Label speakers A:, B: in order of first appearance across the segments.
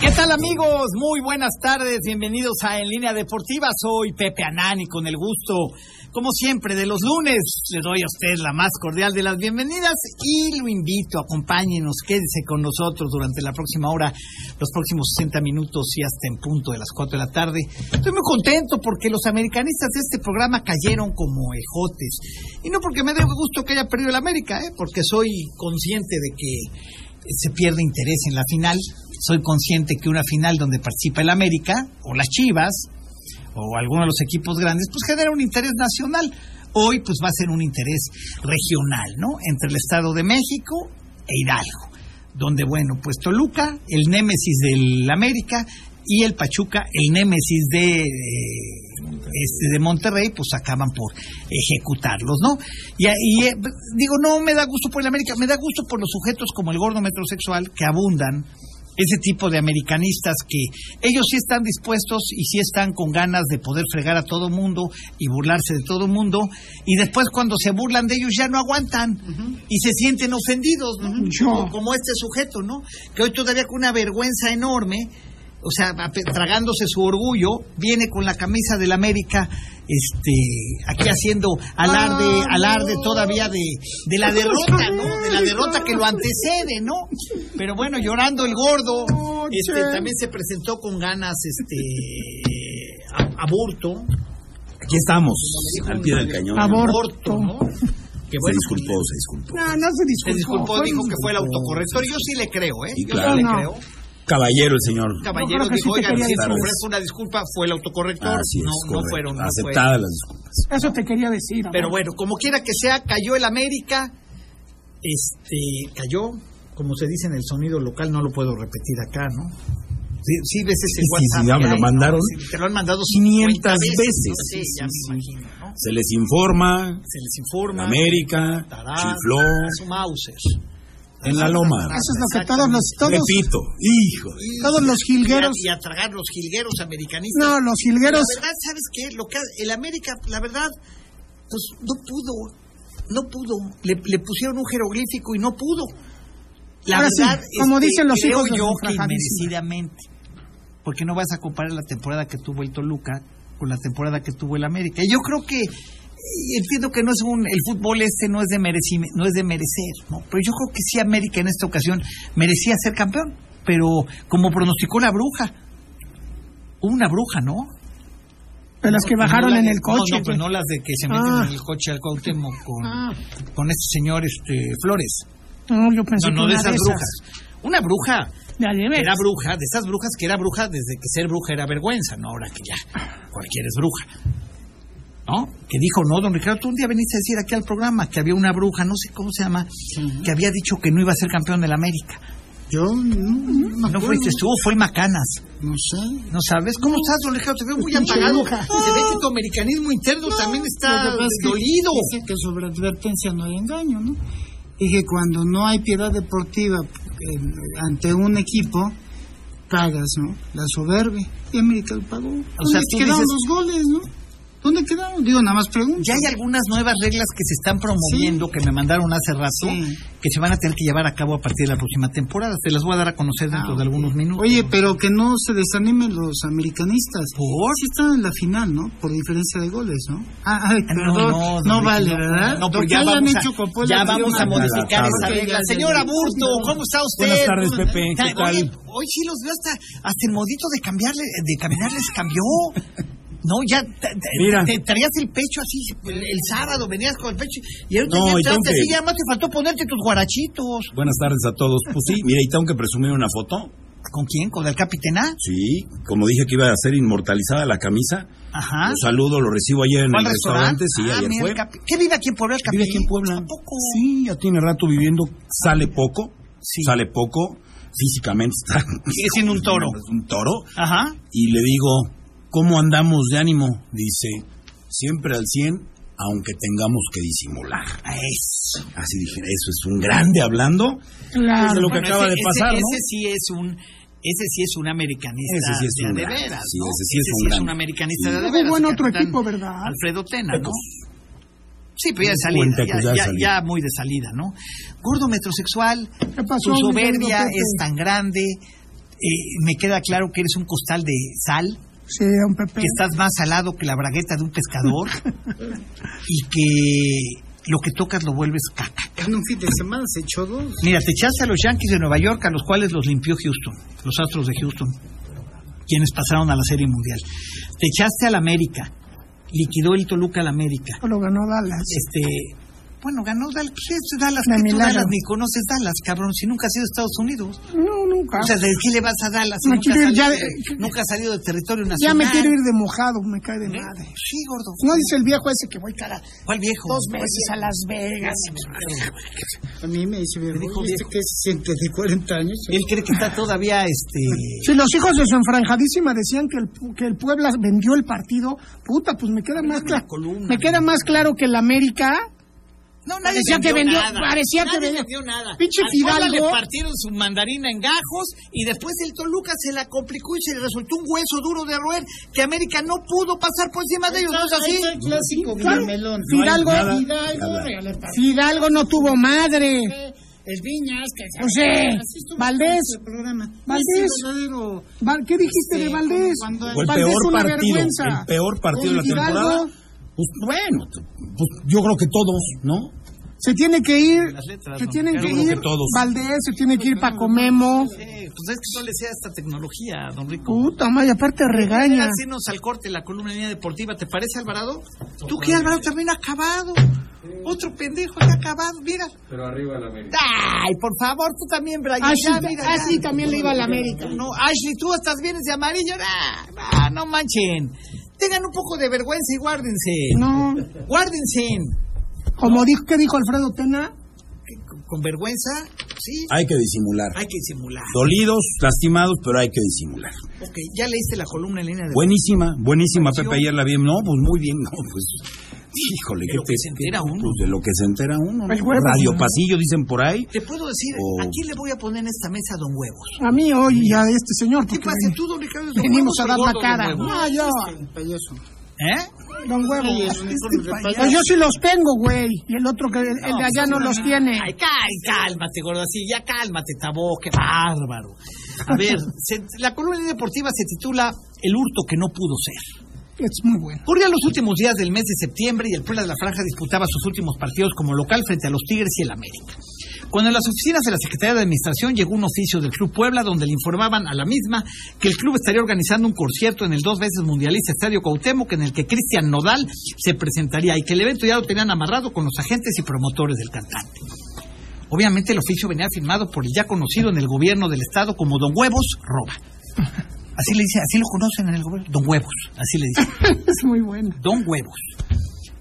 A: ¿Qué tal amigos? Muy buenas tardes, bienvenidos a En Línea Deportiva. Soy Pepe Anán y con el gusto, como siempre, de los lunes, le doy a usted la más cordial de las bienvenidas y lo invito, acompáñenos, quédese con nosotros durante la próxima hora, los próximos 60 minutos y hasta en punto de las 4 de la tarde. Estoy muy contento porque los americanistas de este programa cayeron como ejotes. Y no porque me dé gusto que haya perdido el América, ¿eh? porque soy consciente de que se pierde interés en la final. Soy consciente que una final donde participa el América o las Chivas o alguno de los equipos grandes, pues genera un interés nacional. Hoy pues va a ser un interés regional, ¿no? Entre el Estado de México e Hidalgo, donde bueno, pues Toluca, el némesis del América y el Pachuca, el némesis de eh, este, de Monterrey, pues acaban por ejecutarlos, ¿no? Y, y eh, digo, no me da gusto por el América, me da gusto por los sujetos como el gordo metrosexual que abundan. Ese tipo de americanistas que ellos sí están dispuestos y sí están con ganas de poder fregar a todo mundo y burlarse de todo mundo, y después cuando se burlan de ellos ya no aguantan y se sienten ofendidos, ¿no? como, como este sujeto, ¿no? Que hoy todavía con una vergüenza enorme o sea, ape- tragándose su orgullo, viene con la camisa del América, este, aquí haciendo alarde, alarde todavía de, de la derrota, ¿no? De la derrota que lo antecede, ¿no? Pero bueno, llorando el gordo, este, también se presentó con ganas, este, a, a Burto,
B: Aquí estamos, al pie del cañón.
A: Ah, Burto, ¿no? Que
B: Se
A: bueno,
B: disculpó, se disculpó.
C: No, no se disculpó.
A: se disculpó,
C: fue
A: dijo que
C: indisculpable.
A: fue el autocorrector, yo sí le creo, ¿eh?
B: Sí,
A: Yo
B: claro.
A: sí le
C: No.
A: creo.
B: Caballero el señor.
A: Caballero
C: creo que
A: dijo,
C: sí te
A: oigan,
C: quería
A: si se
B: decir".
A: ofrece una disculpa, fue el autocorrector.
B: Así es,
A: no, no
B: correcto.
A: fueron, no fue.
B: Aceptadas las disculpas.
C: Eso te quería decir. amor.
A: Pero bueno, como quiera que sea, cayó el América. Este, cayó, como se dice en el sonido local, no lo puedo repetir acá, ¿no? Sí, sí ves ese
B: Sí, sí,
A: WhatsApp.
B: sí, ya
A: que
B: me lo
A: hay, ¿no?
B: mandaron
A: Sí, te lo han mandado
B: 500
A: 50
B: veces.
A: ¿no? Sí,
B: Sí,
A: ya me
B: sí, sí.
A: imagino, ¿no?
B: Se les informa,
A: Se les informa.
B: América,
A: tarán,
B: chifló,
A: su Mauser.
B: en la loma.
C: Eso es lo que todos los, todos,
B: Repito, hijo.
C: todos los jilgueros.
A: Y a, y a tragar los jilgueros americanistas.
C: No, los
A: La
C: jilgueros.
A: verdad, ¿sabes qué? Lo que ha- el América, la verdad, pues no pudo, no pudo. Le, le pusieron un jeroglífico y no pudo. La
C: Ahora sí,
A: verdad,
C: como dicen los
A: creo
C: hijos de
A: yo
C: los
A: que
C: ultrajanistas.
A: inmerecidamente, porque no vas a comparar la temporada que tuvo el Toluca con la temporada que tuvo el América. Yo creo que eh, entiendo que no es un el fútbol este no es de merecime- no es de merecer, ¿no? Pero yo creo que sí América en esta ocasión merecía ser campeón, pero como pronosticó la bruja, hubo una bruja, ¿no?
C: De las que
A: No,
C: bajaron
A: no la-
C: en el coche.
A: No, no, pero no las de que se meten
C: Ah.
A: en el coche al Cuauhtémoc con,
C: Ah.
A: con este señor este, Flores.
C: No, yo pensé
A: No, no de
C: que una
A: esas
C: de
A: brujas.
C: esas.
A: Una bruja
C: De allí
A: que
C: ves.
A: era bruja, de esas brujas que era bruja desde que ser bruja era vergüenza, ¿no? Ahora que ya cualquiera es bruja. ¿No? Que dijo, no, don Ricardo, tú un día veniste a decir aquí al programa que había una bruja, no sé cómo se llama, que había dicho que no iba a ser campeón del América.
C: Yo no.
A: No fuiste tú, fue Macanas.
C: No sé.
A: ¿No sabes? ¿Cómo estás, don Ricardo? Te veo muy apagado. Se ve que tu americanismo interno también está dolido.
C: que sobre advertencia no hay engaño, ¿no? Y que cuando no hay piedad deportiva eh, ante un equipo, pagas, ¿no? La soberbia. Y América lo pagó.
A: O sea, tú dices-
C: goles, no? ¿Dónde quedaron? Digo, nada más pregunto.
A: Ya hay algunas nuevas reglas que se están promoviendo, que me mandaron hace rato,
C: Sí.
A: que se van a tener que llevar a cabo a partir de la próxima temporada. Te las voy a dar a conocer dentro de algunos minutos.
C: Ah, Oye, pero que no se desanimen los americanistas.
A: ¿Por?
C: Sí están en la final, ¿no? Por diferencia de goles, ¿no? Ah, ay,
A: Ah,
C: perdón. No,
A: don Ricky,
C: vale, ¿verdad?
A: No, pero
C: Lo que
A: ya
C: hayan
A: vamos,
C: hecho con
A: a,
C: Puebla,
A: ya
C: sí,
A: vamos a
C: no.
A: modificar
B: Ah,
A: esa
C: ok,
A: regla.
C: ya, ya,
A: Señora
C: ya.
A: Burto, ¿cómo está usted? ¿eh?
B: Buenas tardes, Pepe, ¿qué
A: Oye,
B: tal?
A: Hoy sí los veo hasta, hasta el modito de cambiarle, de caminar les cambió. No, ya te, te-
B: Mira.
A: te traías el pecho así, el, el sábado venías con el pecho y ahorita
B: No,
A: ya
B: y tengo
A: entraste
B: que-
A: así, ya más te faltó ponerte tus guarachitos.
B: Buenas tardes a todos. Pues sí, mira, y tengo que presumir una foto.
A: ¿Con quién? ¿Con el capitán?
B: Sí, como dije que iba a ser inmortalizada la camisa.
A: Ajá.
B: Un saludo, lo recibo ayer en
A: ¿Fue
B: el
A: al
B: restaurante.
A: Ah. restaurante?
B: Sí,
A: Ah,
B: ayer
A: mira,
B: fue.
A: el Capi. ¿Qué vive aquí en Puebla el Capi?
B: Vive aquí en Puebla.
A: Tampoco.
B: Sí, ya tiene rato viviendo. Sale poco.
A: Sí.
B: Sale poco. Físicamente está.
A: Sigue siendo un toro.
B: Es un toro.
A: Ajá.
B: Y le digo, ¿cómo andamos de ánimo? Dice, siempre al 100 aunque tengamos que disimular.
A: Eso.
B: Así dije, eso es un grande hablando.
C: Claro.
B: Es de lo que
A: Bueno,
B: acaba
A: ese-
B: de pasar,
A: ese,
B: ¿no?
A: ese sí es un ese sí es un americanista
B: Ese sí es
A: de a
B: un
A: de
B: grande,
A: veras,
B: sí,
A: ¿no?
B: ese sí es un grande.
A: americanista de
B: Sí.
A: a de
C: Jugó
A: veras.
C: en
A: el
C: otro
A: capitán
C: equipo, ¿verdad?
A: Alfredo Tena,
B: Eh,
A: ¿no?
B: pues,
A: Sí, pero ya de
B: Cuenta
A: salida,
B: que
A: ya,
B: ya
A: ya-
B: salida.
A: ya muy de salida, ¿no? Gordo metrosexual,
C: ¿Qué pasó,
A: tu
C: mi
A: soberbia
C: querido Pepe?
A: es tan grande, eh, me queda claro que eres un costal de sal,
C: Sí, don Pepe.
A: que estás más salado que la bragueta de un pescador y que lo que tocas lo vuelves caca.
C: En Ah, un fin de semana se echó dos.
A: Mira, te echaste a los Yankees de Nueva York, a los cuales los limpió Houston, los Astros de Houston, quienes pasaron a la Serie Mundial. Te echaste al América, liquidó el Toluca al América.
C: Lo ganó Dallas.
A: Este, bueno, ganó Dallas, pues, es Dallas,
C: De
A: que tú
C: milagro.
A: Dallas ni conoces Dallas, cabrón, si nunca has ido a Estados Unidos.
C: No, nunca.
A: O sea, ¿de qué le vas a Dallas? Si
C: Me
A: nunca, has
C: Ah. quiero ir,
A: salido,
C: ya
A: de-
C: de-
A: nunca has salido de territorio
C: ya
A: nacional.
C: me quiero ir de mojado, me cae de
A: ¿Eh?
C: madre.
A: Sí, gordo.
C: No dice el viejo ese que voy cada
A: ¿Cuál viejo?
C: dos veces a Las Vegas. A mí me dice, viejo,
A: dijo
C: ¿y este
A: viejo.
C: que es 60 de 40 años?
A: Él cree que está todavía, este...
C: Si los hijos de su enfranjadísima decían que el, Pu- que el Puebla vendió el partido, puta, pues me queda más claro.
A: columna.
C: Me queda más claro que el América.
A: No, nadie
C: Parecía que vendió, parecía
A: Nadie
C: que vendió.
A: nada.
C: Pinche
A: Al Puebla
C: Fidalgo.
A: le partieron su mandarina en gajos y después el Toluca se la complicó y se le resultó un hueso duro de roer que América no pudo pasar por encima de ellos, ¿no es así?
C: clásico
A: Villamelón.
C: Fidalgo,
B: No hay nada.
C: Fidalgo,
B: Nada.
C: Fidalgo no tuvo madre.
D: El Viñas, que
C: O sea, Valdés. Valdés. Val- ¿Qué dijiste de Valdés?
B: Fue el
C: Valdés
B: peor
C: una
B: partido,
C: vergüenza.
B: el peor partido de la
C: Con Fidalgo
B: temporada. Pues bueno, t- pues, yo creo que todos, ¿no?
C: Se tiene que ir,
A: Las letras,
C: se
A: don
C: tienen que
A: Ricardo.
C: ir
B: Que todos.
C: Valdés, se tiene que ir Paco Memo.
A: Eh, pues es que no le sea esta tecnología, don Rico.
C: Puta madre, aparte regaña.
A: Hacernos al corte la columna de línea deportiva, ¿te parece, Alvarado? ¿Tú qué, Alvarado? También acabado. Otro pendejo ya acabado, mira. Pero arriba la América. Ay, por favor, tú también, Brian. Ya,
C: Ashley,
A: mira, ya.
C: Ashley ah, también le iba a la América.
A: No, Ashley, tú estás vienes de amarillo. Ah, ah, no manchen. Tengan un poco de vergüenza y guárdense.
C: No,
A: Guárdense.
C: como dijo, ¿qué dijo Alfredo Tena?
A: Con- Con vergüenza, sí,
B: Hay que disimular.
A: hay que disimular.
B: Dolidos, lastimados, pero hay que disimular.
A: Ok, ya leíste la columna en línea de...
B: Buenísima, buenísima,
A: Pareció.
B: Pepe. Ayer la vi. No, pues muy bien. No, pues. Híjole,
A: De
B: ¿qué
A: lo que se entera uno.
B: pues, de lo que se entera uno. ¿no?
C: El huevo,
B: Radio
C: ¿no?
B: Pasillo, dicen por ahí.
A: Te puedo decir,
B: Oh.
A: ¿a quién le voy a poner en esta mesa Don Huevos?
C: A mí hoy y a este señor.
A: ¿Qué
C: porque
A: pasa? ¿Tú, Don Ricardo? es Don
C: Venimos
A: Huevos
C: a
A: o
C: dar la
A: gordo Don
C: cara.
A: Huevos?
C: No, yo,
A: ¿Eh?
C: don huevo.
D: Sí, es un uniforme de payaso.
C: Pues yo sí los tengo, güey. Y el otro que el de allá no los tiene.
A: pues, Ay, cal- cálmate, gordo, así, ya cálmate, Tabo, qué bárbaro. A ver, se- la columna deportiva se titula El hurto que no pudo ser.
C: Es muy bueno.
A: Corrían los últimos días del mes de septiembre y el Puebla de la Franja disputaba sus últimos partidos como local frente a los Tigres y el América. Cuando en las oficinas de la Secretaría de Administración llegó un oficio del Club Puebla donde le informaban a la misma que el club estaría organizando un concierto en el dos veces mundialista Estadio Cuauhtémoc en el que Cristian Nodal se presentaría y que el evento ya lo tenían amarrado con los agentes y promotores del cantante. Obviamente el oficio venía firmado por el ya conocido en el gobierno del estado como Don Huevos Roba. Así le dice, así lo conocen en el gobierno, Don Huevos, así le dicen.
C: Es muy bueno.
A: Don Huevos.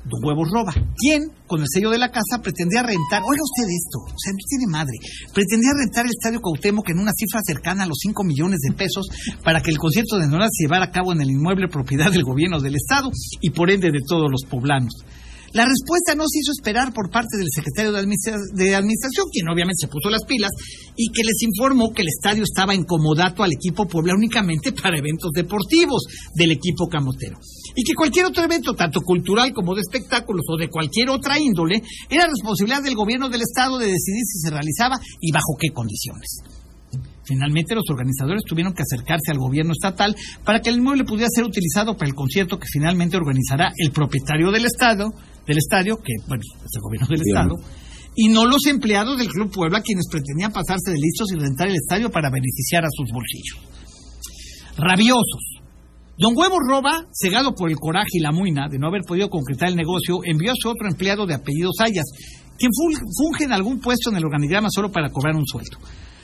A: Don Huevos roba. ¿Quién, con el sello de la casa, pretendía rentar? Oiga usted esto, o sea, no tiene madre. Pretendía rentar el Estadio Cuauhtémoc en una cifra cercana a los 5 millones de pesos para que el concierto de Nodal se llevara a cabo en el inmueble propiedad del gobierno del Estado y por ende de todos los poblanos. La respuesta no se hizo esperar por parte del secretario de, administra- de Administración, quien obviamente se puso las pilas, y que les informó que el estadio estaba incomodato al equipo Puebla únicamente para eventos deportivos del equipo camotero. Y que cualquier otro evento, tanto cultural como de espectáculos o de cualquier otra índole, era responsabilidad del gobierno del Estado de decidir si se realizaba y bajo qué condiciones. Finalmente, los organizadores tuvieron que acercarse al gobierno estatal para que el inmueble pudiera ser utilizado para el concierto que finalmente organizará el propietario del estado, del estadio, que bueno, es el gobierno del
B: Bien.
A: estado, y no los empleados del Club Puebla, quienes pretendían pasarse de listos y rentar el estadio para beneficiar a sus bolsillos. Rabiosos. Don Huevo Roba, cegado por el coraje y la muina de no haber podido concretar el negocio, envió a su otro empleado de apellido Sayas, quien ful- funge en algún puesto en el organigrama solo para cobrar un sueldo,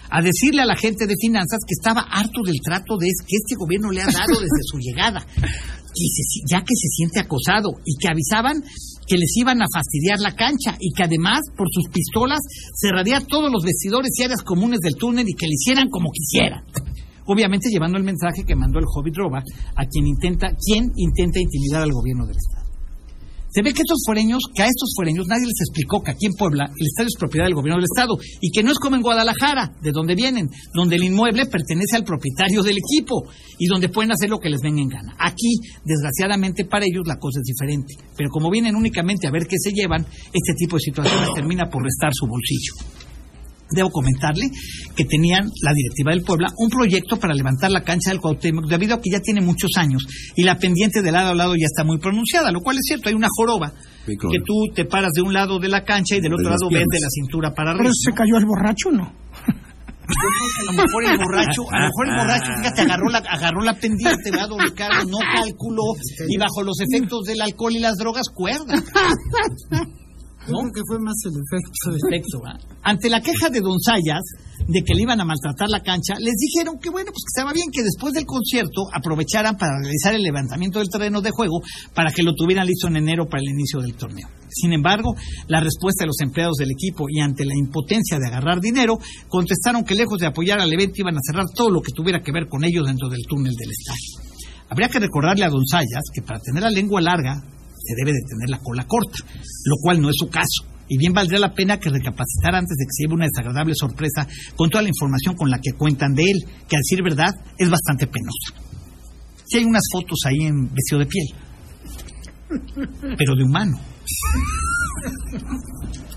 A: a decirle a la gente de finanzas que estaba harto del trato de que este gobierno le ha dado desde su llegada, que se si- ya que se siente acosado y que avisaban que les iban a fastidiar la cancha y que además por sus pistolas cerraría todos los vestidores y áreas comunes del túnel y que le hicieran como quisieran obviamente llevando el mensaje que mandó el Hobbit Roba a quien intenta, quien intenta intimidar al gobierno del Estado. Se ve que estos fuereños, que a estos fuereños nadie les explicó que aquí en Puebla el estadio es propiedad del gobierno del estado y que no es como en Guadalajara, de donde vienen, donde el inmueble pertenece al propietario del equipo y donde pueden hacer lo que les venga en gana. Aquí, desgraciadamente para ellos, la cosa es diferente. Pero como vienen únicamente a ver qué se llevan, este tipo de situaciones termina por restar su bolsillo debo comentarle que tenían la directiva del Puebla un proyecto para levantar la cancha del Cuauhtémoc debido a que ya tiene muchos años y la pendiente de lado a lado ya está muy pronunciada, lo cual es cierto, hay una joroba
B: Sí, claro.
A: que tú te paras de un lado de la cancha y del
B: De
A: otro
B: las
A: lado ves de
B: piernas.
A: la cintura para
E: Pero
A: arriba.
E: se cayó el borracho, ¿no?
A: A lo mejor el borracho, a lo mejor el borracho, fíjate, agarró la, agarró la pendiente, va Ricardo, no calculó y bajo los efectos del alcohol y las drogas, cuerda.
C: Yo creo que fue más el efecto de...
A: Perfecto. ¿ah? Ante la queja de Don Sayas de que le iban a maltratar la cancha, les dijeron que bueno, pues que estaba bien que después del concierto aprovecharan para realizar el levantamiento del terreno de juego para que lo tuvieran listo en enero para el inicio del torneo. Sin embargo, la respuesta de los empleados del equipo y ante la impotencia de agarrar dinero, contestaron que lejos de apoyar al evento iban a cerrar todo lo que tuviera que ver con ellos dentro del túnel del estadio. Habría que recordarle a Don Sayas que para tener la lengua larga se debe de tener la cola corta, lo cual no es su caso. Y bien valdría la pena que recapacitara antes de que se lleve una desagradable sorpresa con toda la información con la que cuentan de él, que a decir verdad es bastante penosa. Sí hay unas fotos ahí en vestido de piel, pero de humano.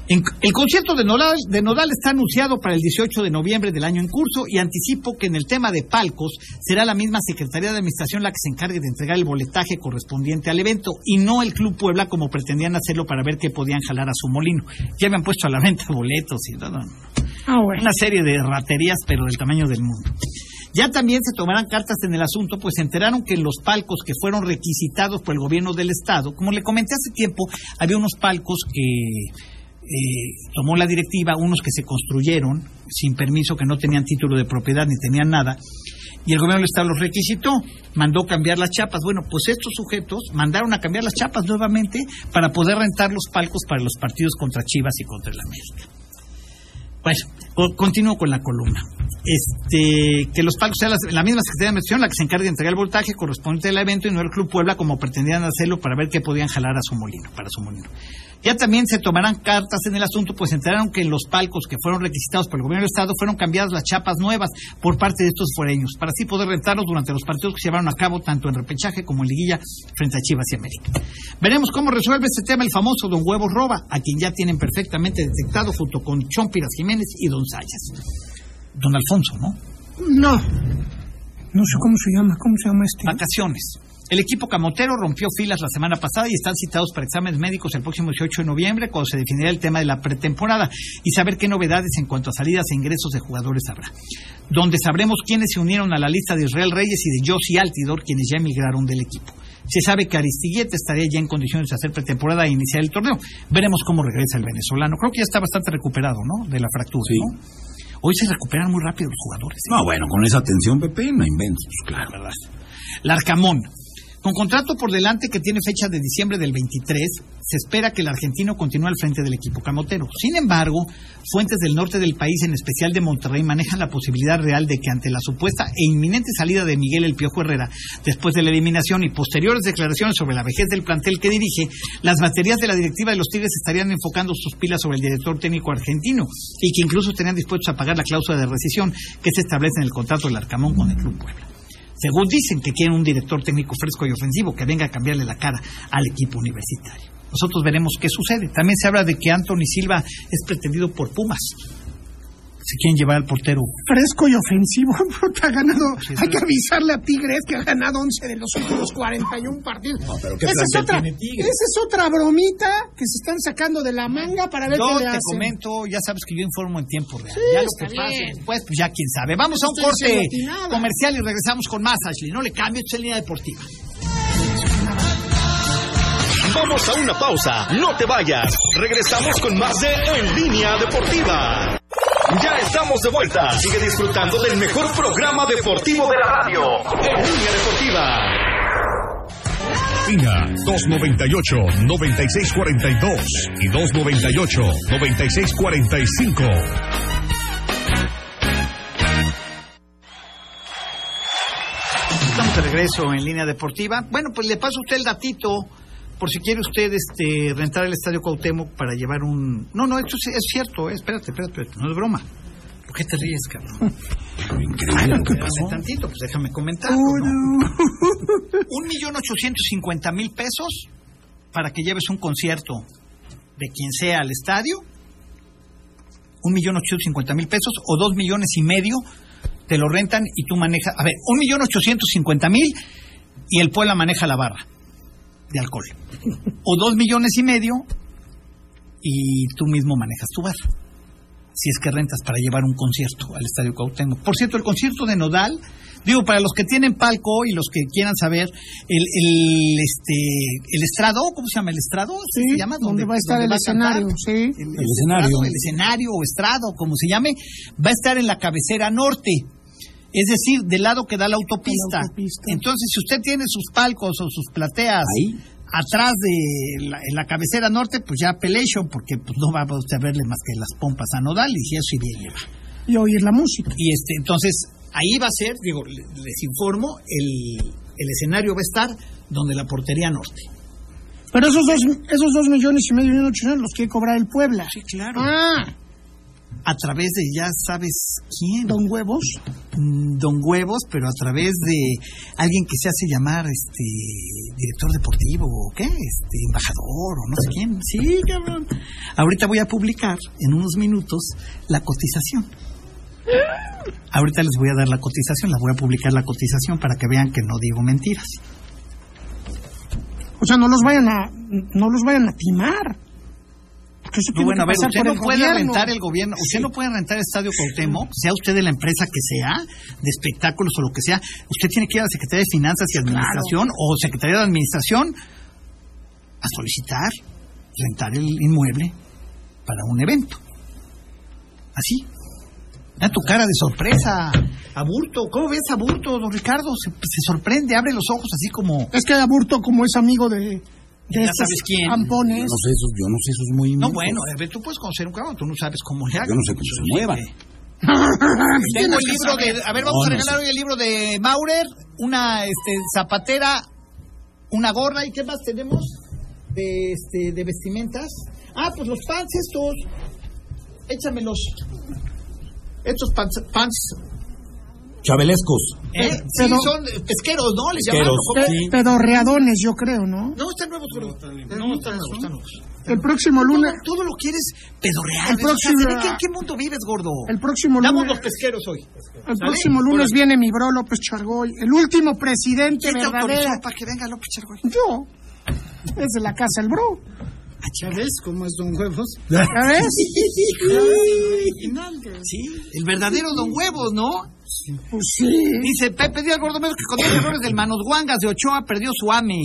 A: En- el concierto de Nodal, de Nodal está anunciado para el 18 de noviembre del año en curso y anticipo que en el tema de palcos será la misma Secretaría de Administración la que se encargue de entregar el boletaje correspondiente al evento y no el Club Puebla como pretendían hacerlo para ver qué podían jalar a su molino. Ya habían puesto a la venta boletos y todo.
E: Ah, bueno.
A: Una serie de raterías, pero del tamaño del mundo. Ya también se tomarán cartas en el asunto, pues se enteraron que los palcos que fueron requisitados por el gobierno del Estado, como le comenté hace tiempo, había unos palcos que eh, tomó la directiva, unos que se construyeron sin permiso, que no tenían título de propiedad ni tenían nada, y el gobierno del Estado los requisitó, mandó cambiar las chapas. Bueno, pues estos sujetos mandaron a cambiar las chapas nuevamente para poder rentar los palcos para los partidos contra Chivas y contra el América. Bueno, co- continúo con la columna. Este, que los palcos sea la, la misma Secretaría de Administración la que se encargue de entregar el voltaje correspondiente al evento y no el Club Puebla como pretendían hacerlo para ver qué podían jalar a su molino, para su molino. Ya también se tomarán cartas en el asunto, pues se enteraron que en los palcos que fueron requisitados por el gobierno del Estado fueron cambiadas las chapas nuevas por parte de estos foreños, para así poder rentarlos durante los partidos que se llevaron a cabo tanto en repechaje como en liguilla frente a Chivas y América. Veremos cómo resuelve este tema el famoso Don Huevos Roba, a quien ya tienen perfectamente detectado junto con Chompiras Jiménez y Don Sayas. Don Alfonso, ¿no? Ah,
E: No. No sé cómo se llama, ¿cómo se llama este?
A: Vacaciones. El equipo camotero rompió filas la semana pasada y están citados para exámenes médicos el próximo 18 de noviembre, cuando se definirá el tema de la pretemporada y saber qué novedades en cuanto a salidas e ingresos de jugadores habrá. Donde sabremos quiénes se unieron a la lista de Israel Reyes y de Josie Altidor, quienes ya emigraron del equipo. Se sabe que Aristiguieta estaría ya en condiciones de hacer pretemporada e iniciar el torneo. Veremos cómo regresa el venezolano. Creo que ya está bastante recuperado, ¿no? De la fractura,
B: Sí.
A: ¿no? Hoy se recuperan muy rápido los jugadores. ¿eh?
B: No, bueno, con esa atención, Pepe, no inventes, claro.
A: la verdad. Larcamón. Con contrato por delante que tiene fecha de diciembre del 23, se espera que el argentino continúe al frente del equipo camotero. Sin embargo, fuentes del norte del país, en especial de Monterrey, manejan la posibilidad real de que ante la supuesta e inminente salida de Miguel El Piojo Herrera, después de la eliminación y posteriores declaraciones sobre la vejez del plantel que dirige, las baterías de la directiva de los Tigres estarían enfocando sus pilas sobre el director técnico argentino y que incluso estarían dispuestos a pagar la cláusula de rescisión que se establece en el contrato del Arcamón con el Club pues. Puebla. Según dicen que quieren un director técnico fresco y ofensivo que venga a cambiarle la cara al equipo universitario. Nosotros veremos qué sucede. También se habla de que Anthony Silva es pretendido por Pumas. Se quieren llevar al portero.
E: Fresco y ofensivo, puta, ha ganado. Hay que avisarle a Tigres que ha ganado 11 de los últimos 41 partidos.
B: pero ¿qué
E: Esa es,
B: plantel
E: otra,
B: tiene Tigres?
E: esa es otra bromita que se están sacando de la manga para ver
A: Yo
E: qué le
A: te
E: hacen.
A: comento, ya sabes que yo informo en tiempo real. ya lo que
E: está
A: pase
E: bien.
A: después, pues ya quién sabe. Vamos a un
E: Ustedes se
A: corte
E: atinaban.
A: comercial y regresamos con más, Ashley. No le cambio, esto es línea deportiva.
F: Vamos a una pausa, no te vayas. Regresamos con más de En Línea Deportiva. Ya estamos de vuelta. Sigue disfrutando del mejor programa deportivo de la radio. En Línea Deportiva.
G: Ina 298-9642 y 298-9645.
A: Estamos de regreso en línea deportiva. Bueno, pues le paso a usted el datito por si quiere usted este, rentar el Estadio Cuauhtémoc para llevar un... No, no, esto es, es cierto, eh, espérate, espérate, espérate, no es broma. ¿Por qué te ríes, cabrón?
B: Increíble pues, lo que
A: Espérame
B: pasó.
A: tantito, pues déjame comentar. ¿no? Un millón ochocientos cincuenta mil pesos para que lleves un concierto de quien sea al estadio. Un millón ochocientos cincuenta mil pesos o dos millones y medio te lo rentan y tú manejas... A ver, un millón ochocientos cincuenta mil y el Puebla maneja la barra de alcohol. O dos millones y medio y tú mismo manejas tu barra si es que rentas para llevar un concierto al Estadio Cuauhtémoc. Por cierto, el concierto de Nodal, digo, para los que tienen palco y los que quieran saber, el, el, este, el estrado, ¿cómo se llama el estrado? ¿Sí se llama?
C: ¿Dónde va a estar el
A: a cantar?
C: escenario? Sí.
A: El,
B: El escenario.
A: estrado, el escenario o estrado, como se llame, va a estar en la cabecera norte. Es decir, del lado que da la autopista.
C: La autopista.
A: Entonces, si usted tiene sus palcos o sus plateas
B: Ahí.
A: atrás de la, en la cabecera norte, pues ya Pelation, porque pues no va usted a verle más que las pompas a Nodal y eso y bien le va.
C: Y oír la música.
A: Y este, entonces, ahí va a ser, digo, le- les informo, el, el escenario va a estar donde la portería norte.
C: Pero esos dos, esos dos millones y medio, millón ochocientos, los quiere cobrar el Puebla. Sí, claro. Ah,
A: A través de ya sabes quién.
C: don huevos.
A: Mm, Don Huevos, pero a través de alguien que se hace llamar este director deportivo o qué, este embajador o no sé quién. Sí, cabrón. Ahorita voy a publicar en unos minutos la cotización. Ahorita les voy a dar la cotización, la voy a publicar la cotización para que vean que no digo mentiras.
C: O sea, no los vayan a, no los vayan a timar. Porque eso
A: No,
C: Pues tiene
A: bueno, a
C: que
A: ver,
C: pasar
A: usted
C: por
A: no
C: el
A: puede
C: gobierno.
A: rentar el gobierno, usted no puede rentar Estadio Cuauhtémoc, sea usted de la empresa que sea, de espectáculos o lo que sea, usted tiene que ir a la Secretaría de Finanzas y Administración o Secretaría de Administración a solicitar rentar el inmueble para un evento. Así. Da tu cara de sorpresa, Aburto. ¿Cómo ves Aburto, don Ricardo? Se, se sorprende, abre los ojos así como...
C: Es que Aburto, como es amigo de, de
A: Ya
C: estos
A: sabes quién.
B: Yo
C: campones,
B: no sé, eso, yo no sé, eso es muy...
A: No, bueno, a ver, tú puedes conocer un cabrón, tú no sabes cómo le haga.
B: Yo no sé cómo se mueva.
A: Tengo el libro de. A ver, vamos
B: No,
A: a
B: no
A: regalar hoy el libro de Maurer, una este, zapatera, una gorra y qué más tenemos de, este, de vestimentas. Ah, pues los pants estos. Échamelos. Estos pants. pants
B: Chabelescos.
A: ¿eh? Sí,
C: pero-
A: son eh, pesqueros, ¿no? Les
B: Pesqueros,
A: llamaron. ¿cómo?
C: pe- pedorreadores, yo creo, ¿no?
A: No, están nuevos, güey. No, están nuevos, están nuevos.
C: El próximo lunes,
A: Todo lo quieres pedorrear.
C: El
A: ¿ves? O sea,
C: próximo-
A: ¿de qué- ¿En qué mundo vives, gordo?
C: el próximo
A: Damos
C: lunes,
A: los pesqueros hoy.
C: el próximo lunes viene mi bro López Chargoy, el último presidente
A: ¿Quién te autorizó
C: verdadero.
A: para que venga López Chargoy?
C: Yo. Es de la casa el bro.
A: Ah,
E: ¿Ya ves cómo es Don Huevos?
C: ¿Ya ves?
A: Sí, el verdadero Don Huevos, ¿no?
C: Pues sí.
A: Dice Pepe Díaz Gordomero que con los errores del Manos Guangas de Ochoa perdió su AME.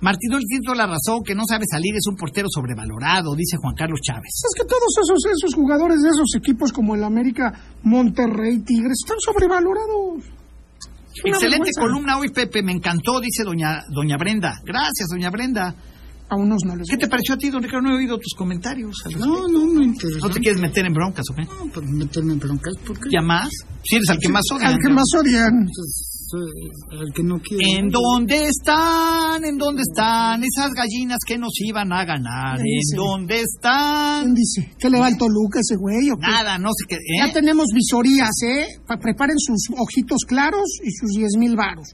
A: Martino el Tinto la razón, que no sabe salir, es un portero sobrevalorado, dice Juan Carlos Chávez.
C: Es que todos esos, esos jugadores de esos equipos como el América, Monterrey, Tigres, están sobrevalorados. Es una
A: Excelente
C: vergüenza.
A: columna hoy, Pepe, me encantó, dice doña, doña Brenda. Gracias, doña Brenda.
C: A unos no les
A: ¿Qué te pareció a ti, don Ricardo? No he oído tus comentarios. al respecto.
E: No, no me interesa.
A: ¿No te quieres meter en broncas, ¿ok?
E: No, pues meterme en broncas, ¿por qué?
A: ¿Ya más? Si eres al que más odia.
C: Al que más odian.
E: Pues, eh, al que no quiere.
A: ¿En dónde están? ¿En dónde están esas gallinas que nos iban a ganar? ¿En
C: Sí.
A: dónde están?
C: ¿Quién dice? ¿Qué le va al Toluca ese güey? o qué?
A: Nada, no sé qué. ¿eh?
C: Ya tenemos visorías, ¿eh? Pa- Preparen sus ojitos claros y sus 10 mil varos.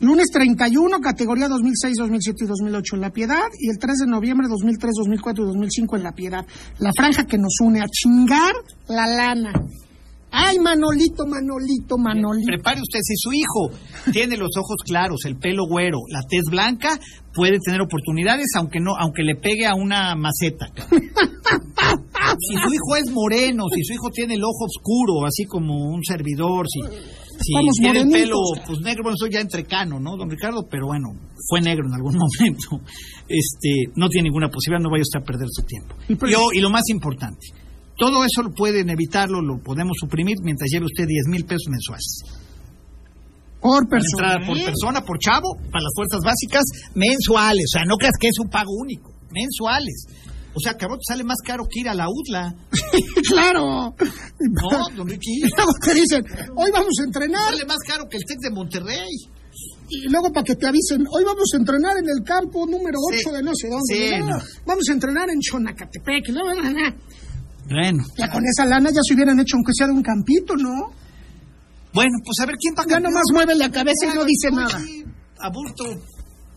C: Lunes 31, categoría 2006, 2007 y 2008 en La Piedad. Y el 3 de noviembre 2003, 2004 y 2005 en La Piedad. La franja que nos une a chingar la lana. Ay, Manolito, Manolito, Manolito.
A: Prepare usted, si su hijo tiene los ojos claros, el pelo güero, la tez blanca, puede tener oportunidades aunque no, aunque le pegue a una maceta. cabrón. Si su hijo es moreno, si su hijo tiene el ojo oscuro, así como un servidor, si, si
C: Vamos,
A: tiene el pelo
C: morenitos.
A: pues negro, bueno, soy ya entrecano, ¿no, don Ricardo? Pero bueno, fue negro en algún momento. Este, no tiene ninguna posibilidad, no vaya usted a perder su tiempo.
C: Y pues-
A: Yo- y lo más importante, todo eso lo pueden evitarlo, lo podemos suprimir mientras lleve usted 10 mil pesos mensuales.
C: Por
A: Para
C: persona.
A: entrada por
C: ¿eh?
A: persona, por chavo, para las fuerzas básicas, mensuales. O sea, no creas que es un pago único, mensuales. O sea, cabrón, te sale más caro que ir a la UDLA.
C: claro.
A: No, don Ricky.
C: Y luego te dicen, hoy vamos a entrenar.
A: Sale más caro que el TEC de Monterrey.
C: y luego para que te avisen, hoy vamos a entrenar en el campo número 8
A: Sí.
C: de no sé dónde.
A: Sí,
C: y luego
A: no.
C: Vamos a entrenar en Chonacatepec. y luego, na, na, na.
A: Bueno.
C: Ya con esa lana ya se hubieran hecho aunque sea de un campito, ¿no?
A: Bueno, pues a ver quién va a
C: Ya
A: ganar?
C: nomás mueve la cabeza y no dice nada.
A: Aburto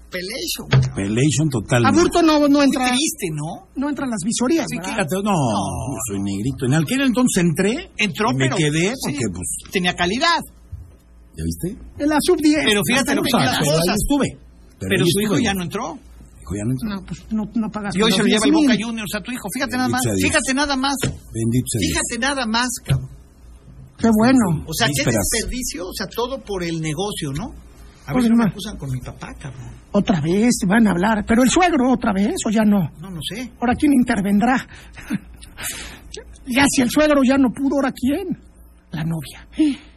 A: Pelecho.
B: Pelation total.
C: Aburto no, no entra.
A: Triste, ¿no?
C: No entran las visorías. ¿verdad?
B: Fíjate, no, yo soy negrito. En Alquera entonces entré.
A: Entró,
B: y me
A: pero-
B: quedé
A: sí.
B: porque, pues,
A: Tenía calidad.
B: ¿ya viste?
C: En la sub 10.
A: Pero fíjate lo que
B: O sea,
A: las
B: pero ahí
A: cosas.
B: estuve.
A: Pero,
B: ahí
A: su hijo
B: estuve.
A: ya no entró.
B: Hijo ya no entró.
C: No, pues no, no pagas.
A: Y hoy
C: los
A: se lo lleva el
C: 10,000.
A: Boca Juniors a tu hijo. Fíjate nada más.
B: Bendito sea Dios.
A: Fíjate nada más.
B: Bendito sea Dios.
A: Fíjate nada más, cabrón.
C: Qué bueno.
A: O sea, qué
B: Vísperas.
A: desperdicio. O sea, todo por el negocio, ¿no? A ver
C: Pues
A: si no me
C: no.
A: acusan con mi papá, cabrón.
C: Otra vez te van a hablar. Pero el suegro, otra vez, o ya no.
A: No, no sé.
C: Ahora quién intervendrá. ya si el suegro ya no pudo, ahora quién. La novia.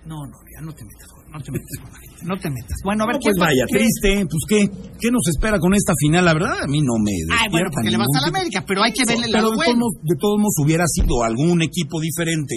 A: No, no, ya no te metas. con- No te metas con la gente. No te metas. Bueno, a ver
B: No, pues
A: quién va-
B: vaya,
A: quién-
B: triste. Pues, ¿qué? ¿Qué nos espera con esta final? La verdad, a mí no me
A: Ay, bueno,
B: despierta
A: porque le vas
B: ningún
A: a la
B: tipo-
A: América, pero hay que verle el
B: Pero
A: lado
B: de todos,
A: bueno.
B: modos- de todos modos hubiera sido algún equipo diferente.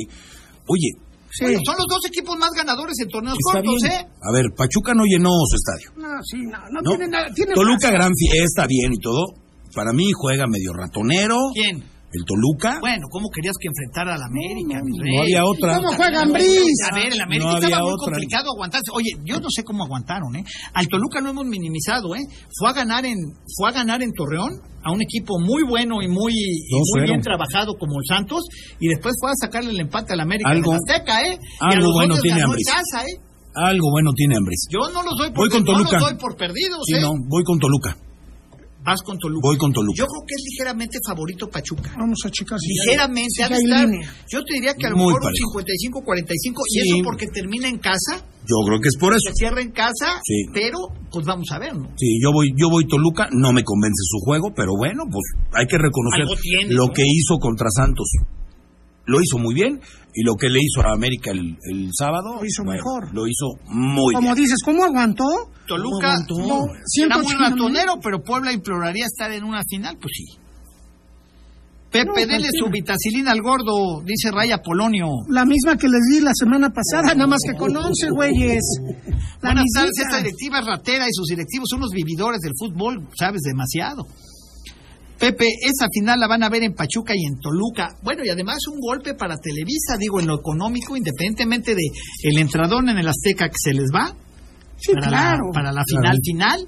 B: Oye,
C: Sí.
A: Oye, son los dos equipos más ganadores en torneos
B: está
A: cortos,
B: bien.
A: ¿eh?
B: A ver, Pachuca no llenó su estadio.
C: No, sí, no, no,
B: ¿no?
C: tiene nada. Tiene
B: Toluca, gran fiesta, bien y todo. Para mí juega medio ratonero.
A: ¿Quién?
B: El Toluca.
A: Bueno, eh, ¿cómo querías que enfrentara a la América? mi rey?
B: no había otra.
C: ¿Cómo juegan Briz?
A: A ver, el América
B: No había
A: estaba muy
B: otra.
A: complicado aguantarse. Oye, yo no sé cómo aguantaron, ¿eh? Al Toluca lo hemos minimizado, ¿eh? Fue a ganar en, fue a ganar en Torreón a un equipo muy bueno y muy, y muy
B: 2-0.
A: bien trabajado como el Santos y después fue a sacarle el empate al América
B: Algo-
A: en Azteca, ¿eh? y a
B: algo
A: los
B: bueno
A: Dodgers
B: tiene
A: ganó en
B: Ambriz.
A: casa, ¿eh?
B: Algo bueno tiene Ambris.
A: Yo no los doy por,
B: Voy con
A: no los
B: Toluca.
A: doy por perdidos,
B: Sí,
A: ¿eh?
B: no, voy con Toluca.
A: Vas con Toluca.
B: Voy con Toluca.
A: Yo creo que es ligeramente favorito Pachuca.
C: Vamos a checar si.
A: Ligeramente,
C: si
A: ha de
C: hay
A: estar-
C: línea.
A: Yo te diría que a lo
B: Muy
A: mejor
B: parejo.
A: un 55-45, y
B: Sí.
A: eso porque termina en casa,
B: Yo creo que es por eso.
A: se cierra en casa,
B: Sí.
A: pero pues vamos a ver, ¿no?
B: Sí, yo voy, yo voy Toluca, no me convence su juego, pero bueno, pues hay que reconocer
A: Algo tiene,
B: lo
A: ¿no?
B: que hizo contra Santos. Lo hizo muy bien y lo que le hizo a América el, el sábado
C: Lo hizo
B: bueno,
C: mejor.
B: Lo hizo muy
C: Como
B: bien.
C: dices, ¿cómo aguantó?
A: Toluca
C: No,
A: será muy
C: 180
A: ratonero, pero Puebla imploraría estar en una final, pues sí.
C: No,
A: Pepe, dele
C: tranquilo.
A: su vitacilina al gordo, dice Raya Polonio.
C: La misma que les di la semana pasada, nada más que con 11 güeyes. La
A: Buenas tardes,
C: mismita.
A: esta directiva es ratera y sus directivos son unos vividores del fútbol, sabes demasiado. Pepe, esa final la van a ver en Pachuca y en Toluca. Bueno, y además un golpe para Televisa, digo, en lo económico, independientemente de el entradón en el Azteca que se les va
C: Sí,
A: para,
C: claro.
A: la, para la final final.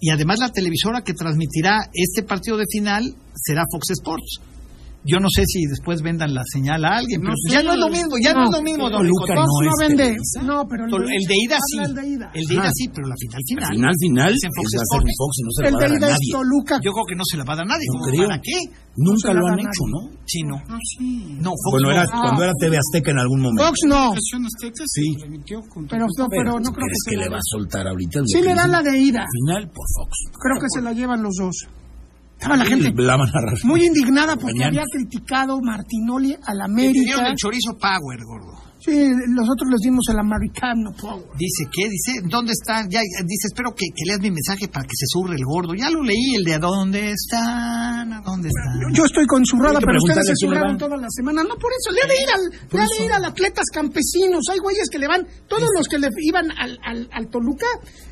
A: Y además la televisora que transmitirá este partido de final será Fox Sports. Yo no sé si después vendan la señal a alguien, pero pues ya
C: sé.
A: no es lo mismo, ya no, es lo mismo, don
B: Toluca
A: Rico.
C: Fox
B: no
C: no,
B: es
C: vende.
B: Televisa.
C: No, pero
A: Tol- El de ida sí.
C: Habla El de ida.
A: El de ida
B: Ajá.
A: sí, pero la final
B: Al
A: final.
B: final, final,
A: Es en Fox
B: es la Seven
A: Sports.
B: Fox y no se
C: El
B: la va
C: de
B: a dar a
C: ida es
B: nadie.
C: Toluca.
A: Yo creo que no se la va a dar nadie.
B: No
A: ¿Cómo?
B: creo.
A: ¿Para qué?
B: Nunca
C: se
B: lo
C: la
B: han
C: da
B: hecho, ¿no?
A: Sí, no.
D: No, sí.
A: No, Fox
B: Bueno,
A: no.
B: era
C: Ah.
B: cuando era TV Azteca en algún momento.
C: Fox no.
D: Pasión Azteca se
B: Sí.
D: transmitió con
C: Pero no, pero no creo
B: ¿Crees
C: que
B: que
C: se
B: le
C: la
B: va a soltar ahorita?
C: Sí le dan la de ida.
B: Final por Fox.
C: Creo que se la llevan los dos. Estaba la gente
B: La van a narrar.
C: muy indignada porque
B: Mañana.
C: había criticado Martinoli al
A: Le dieron
C: América.
A: el chorizo Power, gordo.
C: Sí, nosotros les dimos el americano power.
A: Dice, ¿qué? Dice, ¿dónde está? Ya, ya, dice, espero que, que leas mi mensaje para que se surre el gordo. Ya lo leí, el de ¿a dónde están? ¿A dónde están?
C: Yo estoy con su
B: Hay
C: rada,
B: que
C: pero ustedes
B: preguntarle
C: se
B: a Zurrada.
C: surraron toda la semana. No, por eso, le ha de ir al, le ha de ir al atletas campesinos. Hay güeyes que le van, todos los que le iban al, al, al Toluca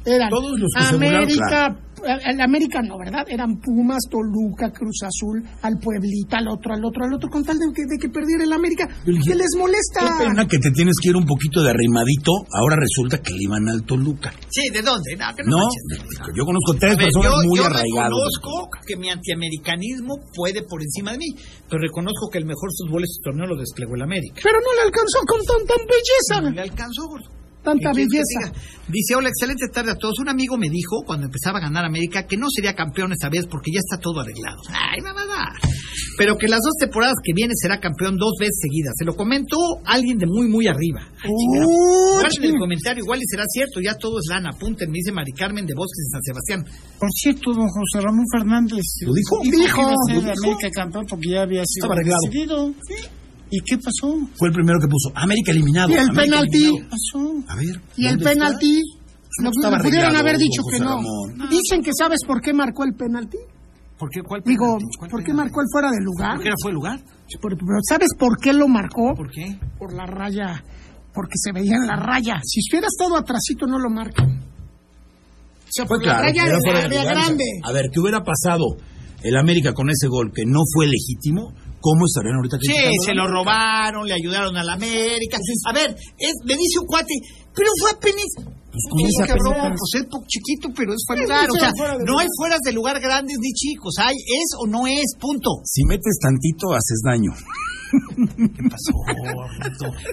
C: eran
B: Todos los que se
C: América, al América no, ¿verdad? Eran Pumas, Toluca, Cruz Azul, al Pueblita, al otro, al otro, al otro, con tal de que, de que perdiera el América. ¿Qué les molesta?
B: Qué pena que te tienes que ir un poquito de arrimadito. Ahora resulta que le iban al Toluca.
A: Sí, ¿de dónde? No, que no
B: No,
A: manches.
B: yo conozco tres
A: A ver,
B: personas
A: yo,
B: muy
A: yo
B: arraigadas.
A: reconozco que mi antiamericanismo puede por encima de mí, pero reconozco que el mejor fútbol este torneo lo desplegó el América.
C: Pero no le alcanzó con tanta
A: No
C: belleza.
A: le alcanzó, gordo.
C: Tanta
A: ¿Qué quieres que
C: belleza.
A: diga? Dice, hola, excelente tarde a todos. Un amigo me dijo, cuando empezaba a ganar América, que no sería campeón esta vez porque ya está todo arreglado. Ay, mamada. Pero que las dos temporadas que viene será campeón dos veces seguidas. Se lo comentó alguien de muy, muy arriba. Ay, chingada. Guarden el comentario, igual y será cierto, ya todo es lana. Apunten, me dice Mari Carmen de Bosques en San Sebastián.
D: Por cierto, don José Ramón Fernández.
B: ¿Lo dijo?
D: Dijo que iba a ser
B: ¿Lo dijo?
D: América campeón porque ya había sido
B: Estaba arreglado.
D: decidido. ¿Y qué pasó?
B: Fue el primero que puso América eliminado.
C: Y el
B: América
C: penalti.
B: eliminado.
D: Pasó.
B: A ver.
C: Y el
B: ¿dónde está?
C: penalti. Lo,
B: estaba
C: lo pudieron
B: arreglado,
C: haber dicho
B: José
C: que no.
B: Ramón.
C: Dicen que sabes por qué marcó el penalti.
A: ¿Por qué? ¿Cuál?
C: Digo,
A: penalti? ¿Cuál
C: ¿por qué
A: penalti?
C: marcó el fuera de lugar?
A: ¿Por qué era fue el lugar?
C: Por- pero ¿Sabes por qué lo marcó?
A: ¿Por qué?
C: Por la raya. Porque se veía en la raya. Si hubiera estado atrasito, no lo marcan. sea,
B: Fue
C: por la
B: Pues claro,
C: raya
B: pero
C: de
B: fuera de
C: área
B: lugar.
C: grande.
B: A ver, ¿qué hubiera pasado el América con ese gol que no fue legítimo? ¿Cómo estarían ahorita?
A: Sí,
B: criticando
A: se
B: al
A: lo
B: América?
A: robaron, le ayudaron a la América. A ver, es, me dice un cuate, pero fue apenas.
B: ¿cómo es
A: Sí,
B: apenas?
A: cabrón, pues es po- chiquito, pero es fuera de lugar. O sea, no hay fueras de lugar grandes ni chicos. Hay es o no es, punto.
B: Si metes tantito, haces daño.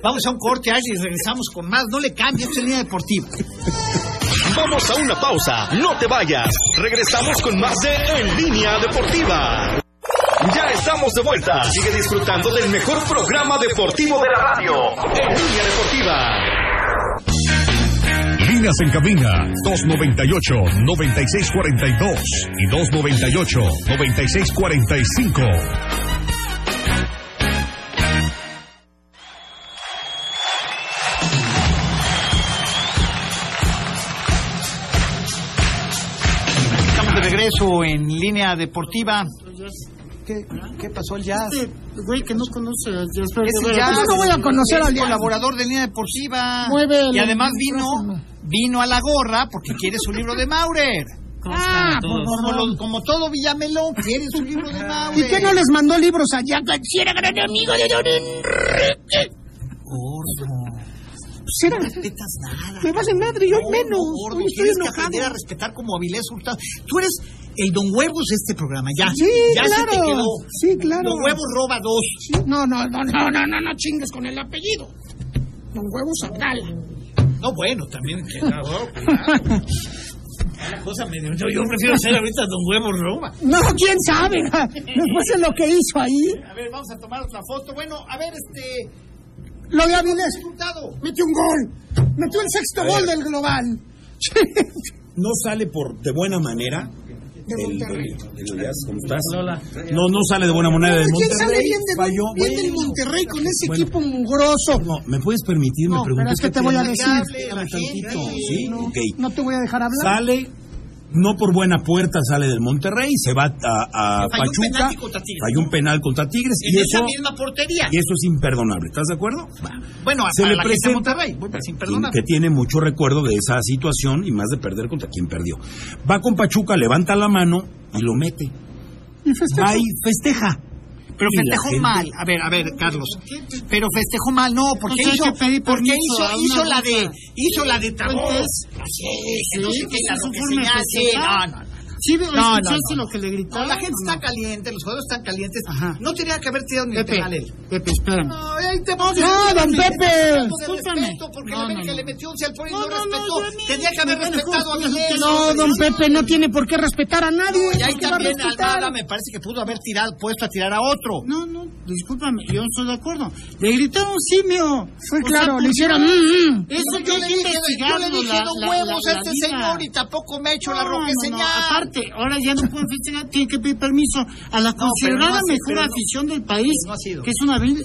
A: Vamos a un corte, Ashley, y regresamos con más. No le cambies, esto es línea deportiva.
F: Vamos a una pausa, no te vayas. Regresamos con más de En Línea Deportiva. Ya estamos de vuelta. Sigue disfrutando del mejor programa deportivo de la radio. En Línea Deportiva.
H: Líneas en cabina 298-9642 y 298-9645.
A: Estamos de regreso en línea deportiva. ¿Qué, qué pasó el jazz?
I: Este güey que no conoce al Dios, pero
A: Es
I: de
A: el
I: veras,
A: jazz.
I: yo no voy a conocer
A: Es
I: al Dios.
A: colaborador de línea deportiva.
C: Mueve el
A: y además vino,
C: micrófono.
A: vino a la gorra porque quiere su libro de Maurer. Ah, pues, como, lo- como todo Villamelón quiere su libro de Maurer.
C: ¿Y qué no les mandó libros allá? Si era gran amigo de Don Enrique.
A: Gordo,
C: Pues era-
A: respetas nada.
C: Me vale madre, yo
A: Gordo,
C: menos.
A: gordo,
C: Hoy estoy
A: tienes que aprender a
C: enojado.
A: respetar como Avilés Hurtado. Tú eres el don huevos de este programa, ya.
C: Sí,
A: ya se te
C: claro.
A: quedó.
C: Sí, claro.
A: Don huevos roba dos.
C: Sí, No, no, no, no, no, no, no chingues con el apellido. Don Huevos Abdala.
A: No, bueno, también. cuidado,
C: pues,
A: cuidado. Una cosa medio- Yo, yo prefiero ser ahorita Don Huevo Roba.
C: No, quién sabe. ja. Después de lo que hizo ahí,
A: A ver, vamos a tomar otra foto. Bueno, a ver, este.
C: lo de Avilés.
A: Resultado.
C: Metió un gol. Metió el sexto gol del global.
B: No sale por de buena manera. El, el- el- ¿cómo estás? No, no sale de buena manera de
C: ¿Quién sale
B: Monterrey.
C: bien, de,
B: falló.
C: bien del
B: Bueno,
C: Monterrey con ese
B: Bueno.
C: equipo mugroso?
B: No, ¿me puedes permitir? me
C: No, pero
B: preguntas
C: es que
B: qué
C: te voy a
B: tiene?
C: decir.
B: Espérame tantito, sí,
C: No,
B: ok.
C: no te voy a dejar hablar.
B: Sale, no por buena puerta sale del Monterrey, se va a,
A: Falló
B: a
A: un
B: Pachuca.
A: penalti contra Tigres.
B: Hay un penal contra Tigres y
A: En esa
B: eso,
A: misma portería.
B: y eso es imperdonable. ¿Estás de acuerdo?
A: Bueno,
B: Se
A: a
B: le
A: la gente de
B: presenta-
A: Monterrey. Bueno, sin perdonar.
B: que tiene mucho recuerdo de esa situación y más de perder contra quien perdió. Va con Pachuca, levanta la mano y lo mete.
C: Y festeja.
B: Va y festeja.
A: Pero
B: Y la
A: festejó
B: gente-
A: mal. A ver, a ver, Carlos. Pero festejó mal, no, porque
I: O sea,
A: hizo,
I: hay que pedir
A: porque
I: permiso
A: hizo,
I: a una
A: hizo la
I: ruta.
A: de, hizo la de Pues, tabú.
I: Entonces,
A: Así es, entonces,
I: sí,
A: ¿qué
I: esa
A: tal
I: es
A: lo
I: su
A: que
I: forma
A: se
I: de
A: hace?
I: festejar.
A: No, no, no.
I: Sí,
A: No, no,
I: escuchaste
A: no.
I: lo que le gritaron.
A: la gente
I: ¿no?
A: está caliente, los jugadores están calientes.
I: Ajá.
A: No tenía que haber tirado ni el
I: Pepe,
A: penal él.
I: Pepe, espérame.
A: No, ahí te vamos a-
C: No, don Pepe.
A: Con el
I: Escúchame.
A: respeto, porque
I: No,
A: el América
I: no, no.
A: le metió un al por y
I: No,
A: no
I: no, no,
A: respetó.
I: yo ni-
A: Tenía que haber
I: me
A: respetado a
I: refiero,
A: Avilés.
C: No, don Pepe no tiene por qué respetar a nadie.
A: Y ahí
C: ¿Por qué va a
A: también
C: respetar?
A: Almada me parece que pudo haber tirado, puesto a tirar a otro.
I: No, no, discúlpame, yo no estoy de acuerdo. Le gritaron simio.
C: Fue
I: O sea,
C: claro,
I: ¿por
C: le
I: qué?
C: hicieron. mm, mm.
I: Eso
A: yo, le dije, yo le dije
I: la-
A: dos
I: la-
A: huevos
I: la-
A: a
I: la
A: este
I: vida.
A: señor y tampoco me ha hecho la
I: No,
A: roca
I: no, no,
A: señal.
I: Aparte, ahora ya no pueden festejar, tienen que pedir permiso a la
A: no ha
I: considerada
A: sido,
I: mejor
A: pero no-
I: afición del país,
A: no ha sido.
I: que es una vil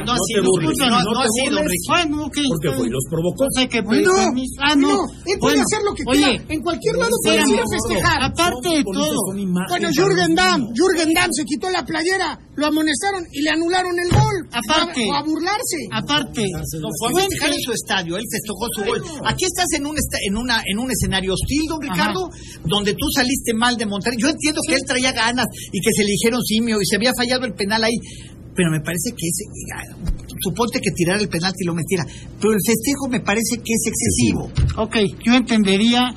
B: No, no, no ha sido, Ricky,
I: Discúlpame,
B: no, no ha
I: te
A: sido,
I: burles.
A: Ricky.
I: Bueno, ok.
B: Porque fue y los provocó.
I: Entonces, que
C: Ay,
I: pedir
C: no,
I: permiso. Ah, no.
C: no, él puede hacer lo que
I: oye,
C: quiera. En cualquier lado puede ir
I: espérame,
C: a festejar.
I: Aparte de todo.
C: Bueno, Jürgen Damm, Jürgen Damm se quitó la playera, lo amonestaron y le anularon el gol.
I: Aparte.
C: O a burlarse.
I: Aparte,
A: No, fue a festejar en su estadio, él festejó su gol. Aquí estás en un, esta- en una, en un escenario hostil, don Ricardo, donde tú saliste mal de Monterrey. Yo entiendo que él traía ganas y que se le dijeron simio y se había fallado el penal ahí, pero me parece que ese, ah, suponte que tirar el penal y lo metiera, pero el festejo me parece que es excesivo.
I: Ok, yo entendería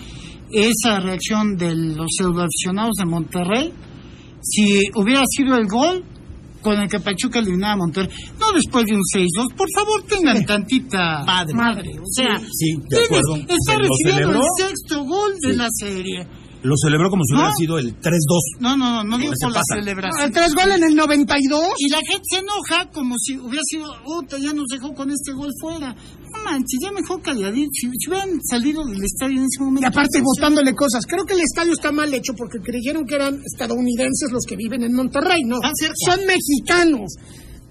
I: esa reacción de los pseudoaficionados de Monterrey si hubiera sido el gol con el que Pachuca eliminaba a Monterrey. No después de un 6-2, por favor tengan tantita
A: Madre.
I: O sea,
B: Sí, de
I: tienes-
B: acuerdo.
I: está
B: Pero lo
I: recibiendo
B: celebró.
I: el sexto gol de
B: Sí.
I: la serie.
B: Lo celebró como si
I: ¿No?
A: Ah.
B: hubiera sido el 3-2.
I: No, no, no, no digo
B: se
I: por la
B: pasa.
I: celebración.
C: El tres gol en el 92.
I: Y la gente se enoja como si hubiera sido, puta, ya nos dejó con este gol fuera. No manches, ya mejor calladito. Si, si hubieran salido del estadio en ese momento.
C: Y aparte botándole cosas. Creo que el estadio está mal hecho porque creyeron que eran estadounidenses los que viven en Monterrey, ¿no?
A: Tan cerca.
C: Son mexicanos.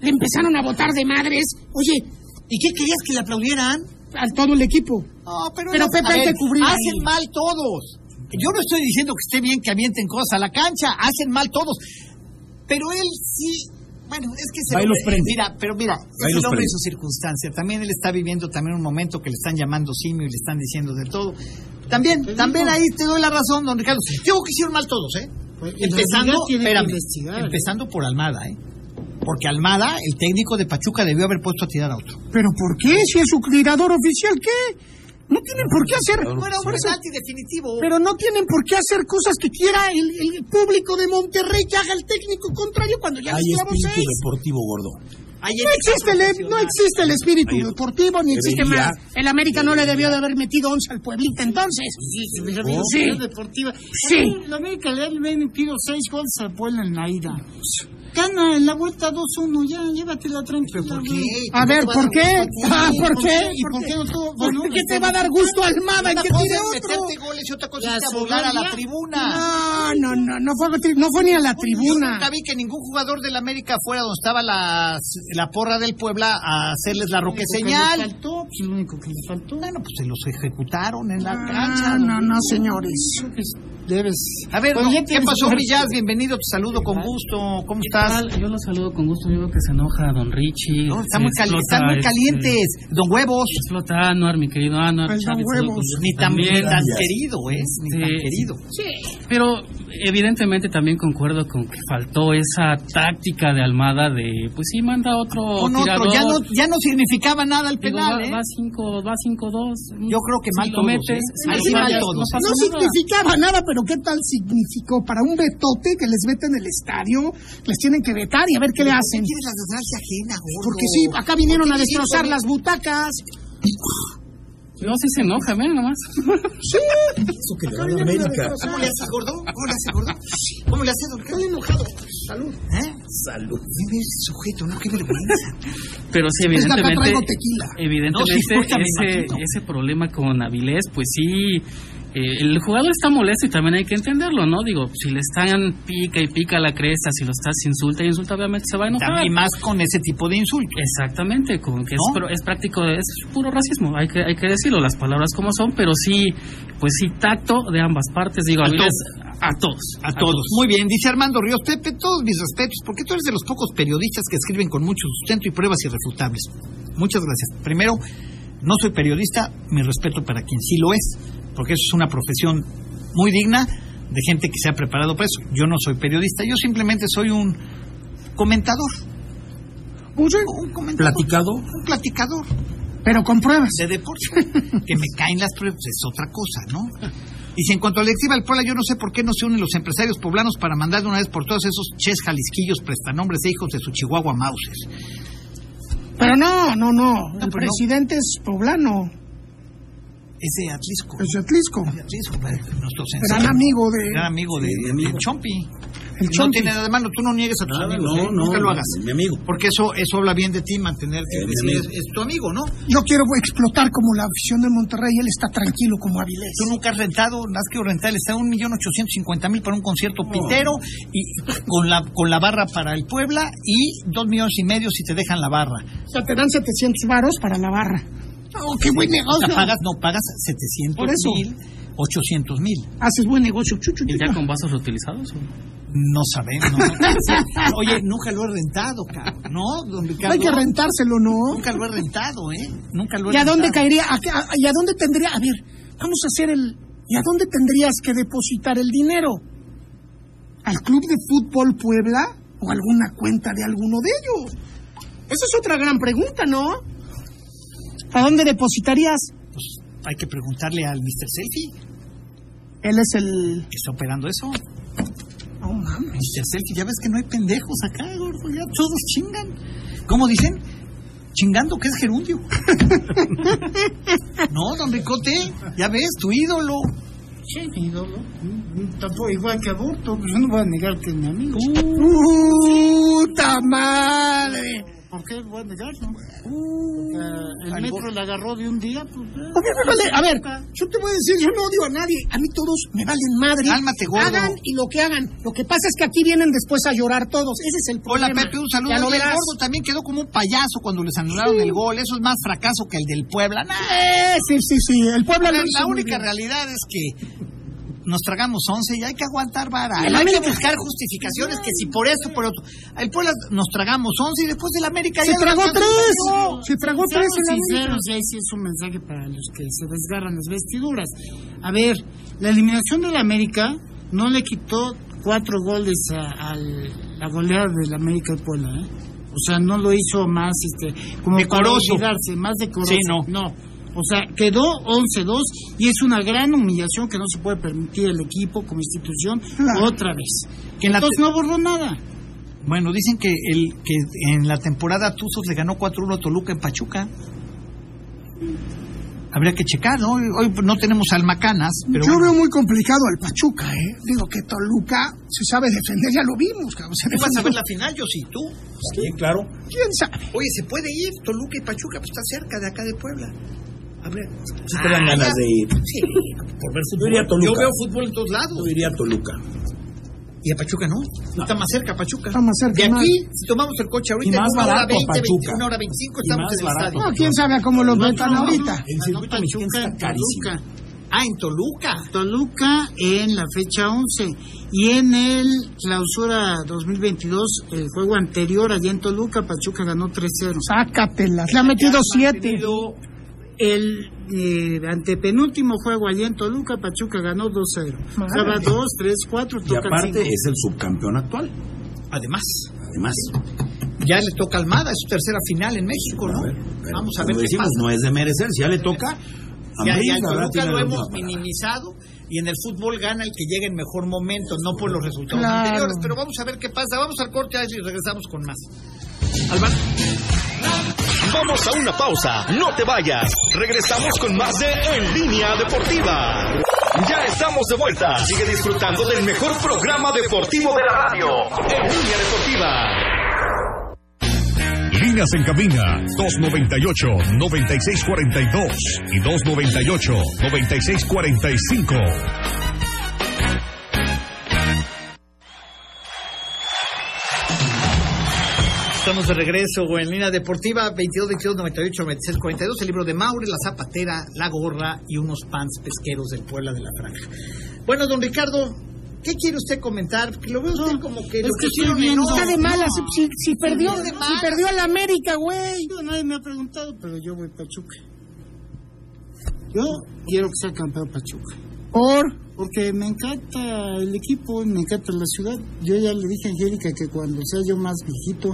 C: Le empezaron a votar de madres, oye,
A: ¿Y qué querías que le aplaudieran?
C: a todo el equipo.
A: No, pero,
C: Pero
A: las-
C: Pepe
A: a
C: hay
A: ver,
C: que cubrir ahí.
A: Hacen mal todos. Yo no estoy diciendo que esté bien que avienten cosas a la cancha, hacen mal todos. Pero él sí Bueno, es que se
B: Va y los prende.
A: mira, pero mira,
B: y
A: es
B: los
A: el hombre
B: prende.
A: y su circunstancia. También él está viviendo también un momento que le están llamando simio y le están diciendo de todo. También,
C: Pues,
A: también ahí te doy la razón, don Ricardo. Yo creo que hicieron mal todos, ¿eh?
C: Pues,
A: empezando,
D: realidad tienen que
A: espérame,
C: ¿eh?
D: investigar.
A: empezando por Almada, ¿eh? Porque Almada, el técnico de Pachuca, debió haber puesto a tirar a otro.
C: ¿Pero por qué? Si es su tirador oficial, ¿qué? No tienen por qué hacer.
A: Bueno, un penalti definitivo.
C: Pero no tienen por qué hacer cosas que quiera el, el público de Monterrey que haga el técnico contrario cuando ya les
B: Hay
C: clavó
B: espíritu
C: seis.
B: deportivo gordo.
A: Ahí
C: No existe, el, no existe el espíritu
B: Ahí-
C: deportivo ni existe
B: Debería-
C: más. El América no le debió de haber metido 11 al pueblito entonces. Oh.
D: Sí, sí, mi amigo,
C: Sí.
D: Ciudad Deportiva.
C: Sí.
D: Aquí La América le han metido seis goles a Puebla en la ida. Gana en la vuelta 2-1, ya, llévatela tranquila.
A: ¿Por qué?
D: güey.
C: A ver, ¿por qué? Ah, ¿por qué?
D: ¿Y por qué no tuvo? Bueno,
C: ¿Por qué te va a dar gusto Almada
A: este, Una
C: que
A: cosa
C: tire
A: es
C: otro?
A: meterte goles y otra cosa
D: La
A: es abogar a la
D: soberbia.
A: tribuna.
C: No, no, no, no fue, no fue ni a la
A: Yo
C: tribuna.
A: nunca vi que ningún jugador del América fuera donde estaba la, la porra del Puebla a hacerles la roque
D: Le
A: señal.
D: faltó, pues, lo único que le faltó.
A: Bueno, pues se los ejecutaron en la
C: Ah,
A: cancha.
C: no, no, señores.
D: Creo que debes.
A: A ver,
D: Bueno,
A: no,
D: ya
A: ¿qué
D: tienes
A: pasó,
D: suerte.
A: Villas? Bienvenido, te saludo con gusto. ¿Cómo estás?
I: Yo los saludo con gusto, yo veo que se enoja don Richie.
A: No, están, muy cali-
I: Explota,
A: están muy
I: este,
A: calientes. Don Huevos,
I: Explota Anuar, mi querido Anuar.
C: El don
I: Chávez, saludo con
C: Huevos.
I: gusto
A: ni tan, ni
I: también.
A: tan querido, ¿eh? Ni tan
I: Sí.
A: querido.
I: Pero evidentemente también concuerdo con que faltó esa táctica de Almada de, pues sí, manda otro
A: Con otro,
I: tirador.
A: ya no, ya no significaba nada el
I: Digo,
A: penal,
I: va-
A: ¿eh?
I: va 5 va cinco, dos.
A: Yo creo que
I: Si
A: mal
I: lo
A: todos,
I: metes,
A: ¿eh?
I: si
A: Ahí
I: lo
A: sí mal
I: fallas,
A: todos.
I: pasa
C: No
I: nada.
C: significaba nada, pero ¿qué tal significó? Para un betote que les veten el estadio, les tienen que vetar y a ver qué le hacen.
A: Tienes la desgracia ajena, gordo.
C: Porque sí, acá vinieron
A: ¿Por
C: a
A: qué dijiste,
C: destrozar
A: mi-
C: las butacas.
I: No, sí se enoja, mira nomás.
B: Eso que le da la América.
A: ¿Cómo le hace, gordo? ¿Cómo le hace, gordo? ¿Cómo le hace, don Está enojado. Salud. ¿Eh? Salud. Mira ese sujeto, ¿no? Qué vergüenza.
I: Pero sí,
C: Es que acá
I: evidentemente,
C: traigo tequila.
I: evidentemente
A: No, sí, porque me
I: ese,
A: imagino.
I: ese problema con Avilés, pues sí, eh, el jugador está molesto y también hay que entenderlo, ¿no? Digo, si le están pica y pica la cresta, si lo estás insulta y insulta, obviamente se va a enojar.
A: También más con ese tipo de insultos.
I: Exactamente, con que es
A: ¿No?
I: pro- es, práctico, es puro racismo, hay que, hay que decirlo, las palabras como son, pero sí, pues sí, tacto de ambas partes, digo,
A: A
I: Avilés, a todos.
A: A todos. Muy bien, dice Armando Ríos Pepe, todos mis respetos, porque tú eres de los pocos periodistas que escriben con mucho sustento y pruebas irrefutables. Muchas gracias. Primero, no soy periodista, mi respeto para quien sí lo es, porque eso es una profesión muy digna de gente que se ha preparado para eso. Yo no soy periodista, yo simplemente soy un comentador. Un, un comentador.
B: Platicado.
A: Un platicador
C: Pero con pruebas.
A: de deporte. que me caen las pruebas es otra cosa, ¿no? Y si en cuanto a la directiva del Puebla, yo no sé por qué no se unen los empresarios poblanos para mandar de una vez por todas esos ches jalisquillos prestanombres e hijos de su Chihuahua Mauses.
C: Pero no, no, no. El
A: pero no.
C: presidente es poblano,
A: Es de Atlisco.
C: es de Atlisco.
A: De Atlisco, ¿verdad? nuestro
C: Gran
A: sensei.
C: amigo de.
A: Gran amigo de, del Chompi.
C: El
A: No
C: Chompi.
A: tiene nada de malo, tú no niegues a tus
B: Nada,
A: amigos,
B: Ah, no,
A: ¿eh?
B: no,
A: nunca lo hagas.
B: mi amigo.
A: Porque eso, eso habla bien de ti, mantener que
B: Eh, mi
A: decir,
B: amigo.
A: es, es tu amigo, ¿no?
C: Yo quiero explotar como la afición de Monterrey, él está tranquilo como Avilés.
A: Tú nunca has rentado, has que rentar, está un millón ochocientos cincuenta mil para un concierto pitero y con la con la barra para el Puebla y dos millones y medio si te dejan la barra.
C: O sea, te dan 700 varos para la barra. Oh, qué buen
A: O sea,
C: negocio.
A: pagas, no pagas setecientos
C: Por eso.
A: mil, ochocientos mil.
C: Haces buen negocio, chuchu.
I: ¿Y ya
C: chuchu.
I: con vasos reutilizados? o?
A: No sabemos. no, no sé. Oye, nunca lo he rentado, cabrón. No, don Ricardo.
C: Hay que rentárselo, ¿no?
A: Nunca lo he rentado, ¿eh? Nunca lo he
C: ¿Y a dónde
A: rentado.
C: caería? ¿A qué- a- ¿Y a dónde tendría? A ver, vamos a hacer el. ¿Y a dónde tendrías que depositar el dinero? ¿Al Club de Fútbol Puebla o alguna cuenta de alguno de ellos? Esa es otra gran pregunta, ¿no? ¿A dónde depositarías?
A: Hay que preguntarle al Mr. Selfie
C: Él es el.
A: que está operando eso.
C: Oh, mames.
A: Mr. Selfie, ya ves que no hay pendejos acá, gordo, ya todos chingan. ¿Cómo dicen? Chingando que es gerundio. no, don Ricote, ya ves, tu ídolo.
D: Sí, mi ídolo. Mm, mm, Tampoco igual que aborto, pues yo no voy a negar que es mi amigo.
C: ¡Puta madre!
D: ¿Por qué voy a negarlo? Porque el metro le agarró de un día, pues. eh.
C: A mí me vale- a ver, yo te voy a decir, yo no odio a nadie. A mí todos me valen madre.
A: Cálmate, gordo.
C: Hagan y lo que hagan. Lo que pasa es que aquí vienen después a llorar todos. Ese es el
A: Hola
C: problema.
A: Pepe, un saludo.
C: Ya
A: Oye,
C: lo
A: el
C: verás.
A: gordo también quedó como un payaso cuando les anularon el gol. Eso es más fracaso que el del Puebla. Nah,
C: Eh, sí, sí, sí. El pueblo
A: la,
C: lo hizo
A: la
C: muy
A: única
C: bien.
A: realidad es que nos tragamos 11 y hay que aguantar vara. Hay que buscar justificaciones que si por esto, por otro. El Puebla nos tragamos 11 y después del América
C: Se
A: ya
C: tragó
A: alcanzó.
C: tres. Se tragó tres
D: Seamos
C: en la
D: sinceros, y ahí sí es un mensaje para los que se desgarran las vestiduras. A ver, la eliminación del América no le quitó cuatro goles a, al- la goleada del América de Puebla, ¿eh? O sea, no lo hizo más, este, como
A: Decoroso.
D: para olvidarse, más decoroso.
A: Sí, no.
D: O sea, quedó 11-2 y es una gran humillación que no se puede permitir el equipo como institución
C: Claro.
D: otra vez.
A: Que en la
D: Entonces no borró nada.
A: Bueno, dicen que el que en la temporada Tuzos le ganó 4-1 a Toluca en Pachuca. Habría que checar, ¿no? Hoy, hoy no tenemos almacanas, pero
C: Yo
A: bueno.
C: veo muy complicado al Pachuca, ¿eh? Digo que Toluca se sabe defender, ya lo vimos, cabrón. Se
A: Tú vas a ver
C: defendió.
A: la final, yo sí, tú.
B: pues, Sí, claro.
C: ¿Quién sabe?
A: Oye, se puede ir Toluca y Pachuca, pues está cerca de acá de Puebla. A ver,
B: Sí te dan ganas de ir.
A: Ah, sí.
B: Por ver fútbol. Yo iría a Toluca.
A: Yo veo fútbol en todos lados.
B: Yo iría a Toluca.
A: Y a Pachuca no. Está más cerca Pachuca.
C: Está más cerca,
A: De
C: más.
A: aquí, si tomamos el coche ahorita,
B: Y
A: en
B: más
A: una hora
B: barato a
A: 20,
B: Pachuca.
A: 21 hora 25
B: Y
A: estamos
B: más
A: en el
B: barato.
C: No,
A: estadio.
C: quién sabe a cómo los metan
D: no,
C: ahorita.
B: El circuito mexicano está carísimo.
A: Ah, en Toluca.
D: Toluca en la fecha 11 y en el clausura 2022, el juego anterior allá en Toluca, Pachuca ganó 3-0.
C: Sácatelas. Le ha metido siete.
D: El eh, antepenúltimo juego allá en Toluca, Pachuca ganó 2-0. Estaba 2, 3, 4,
B: Y
D: toca
B: aparte
D: 5.
B: es el subcampeón actual.
A: Además,
B: Además.
A: ya le toca a Almada, es su tercera final en México, ¿no?
B: A ver, pero
A: Vamos a
B: como
A: ver qué
B: decimos,
A: pasa.
B: no es de merecer. Si ya le toca. A
A: Ya, ya
B: América
A: en
B: habrá
A: Toluca
B: tirado
A: lo
B: más
A: hemos
B: para-
A: minimizado y en el fútbol gana el que llega en mejor momento, no por los resultados
C: Claro.
A: anteriores. Pero vamos a ver qué pasa. Vamos al corte y regresamos con más. Alvaro.
F: Vamos a una pausa, no te vayas. Regresamos con más de En Línea Deportiva. Ya estamos de vuelta. Sigue disfrutando del mejor programa deportivo de la radio. En Línea Deportiva.
G: Líneas en cabina 298-9642 y 298-9645.
A: Estamos de regreso en línea deportiva 22, 22, 98, 96, 42. El libro de Maure, La Zapatera, La Gorra y unos pants pesqueros del Puebla de la Franja. Bueno, don Ricardo, ¿qué quiere usted comentar? Porque Lo veo usted como que. lo
D: que estoy
A: quiere
D: viendo-
A: menor.
C: Está de malas. Si, si perdió,
A: de
C: si
A: malas.
C: perdió el América, güey.
D: Nadie me ha preguntado, pero yo voy Pachuca. Yo quiero que sea campeón Pachuca.
C: Por.
D: Porque me encanta el equipo, me encanta la ciudad. Yo ya le dije a Angélica que cuando sea yo más viejito,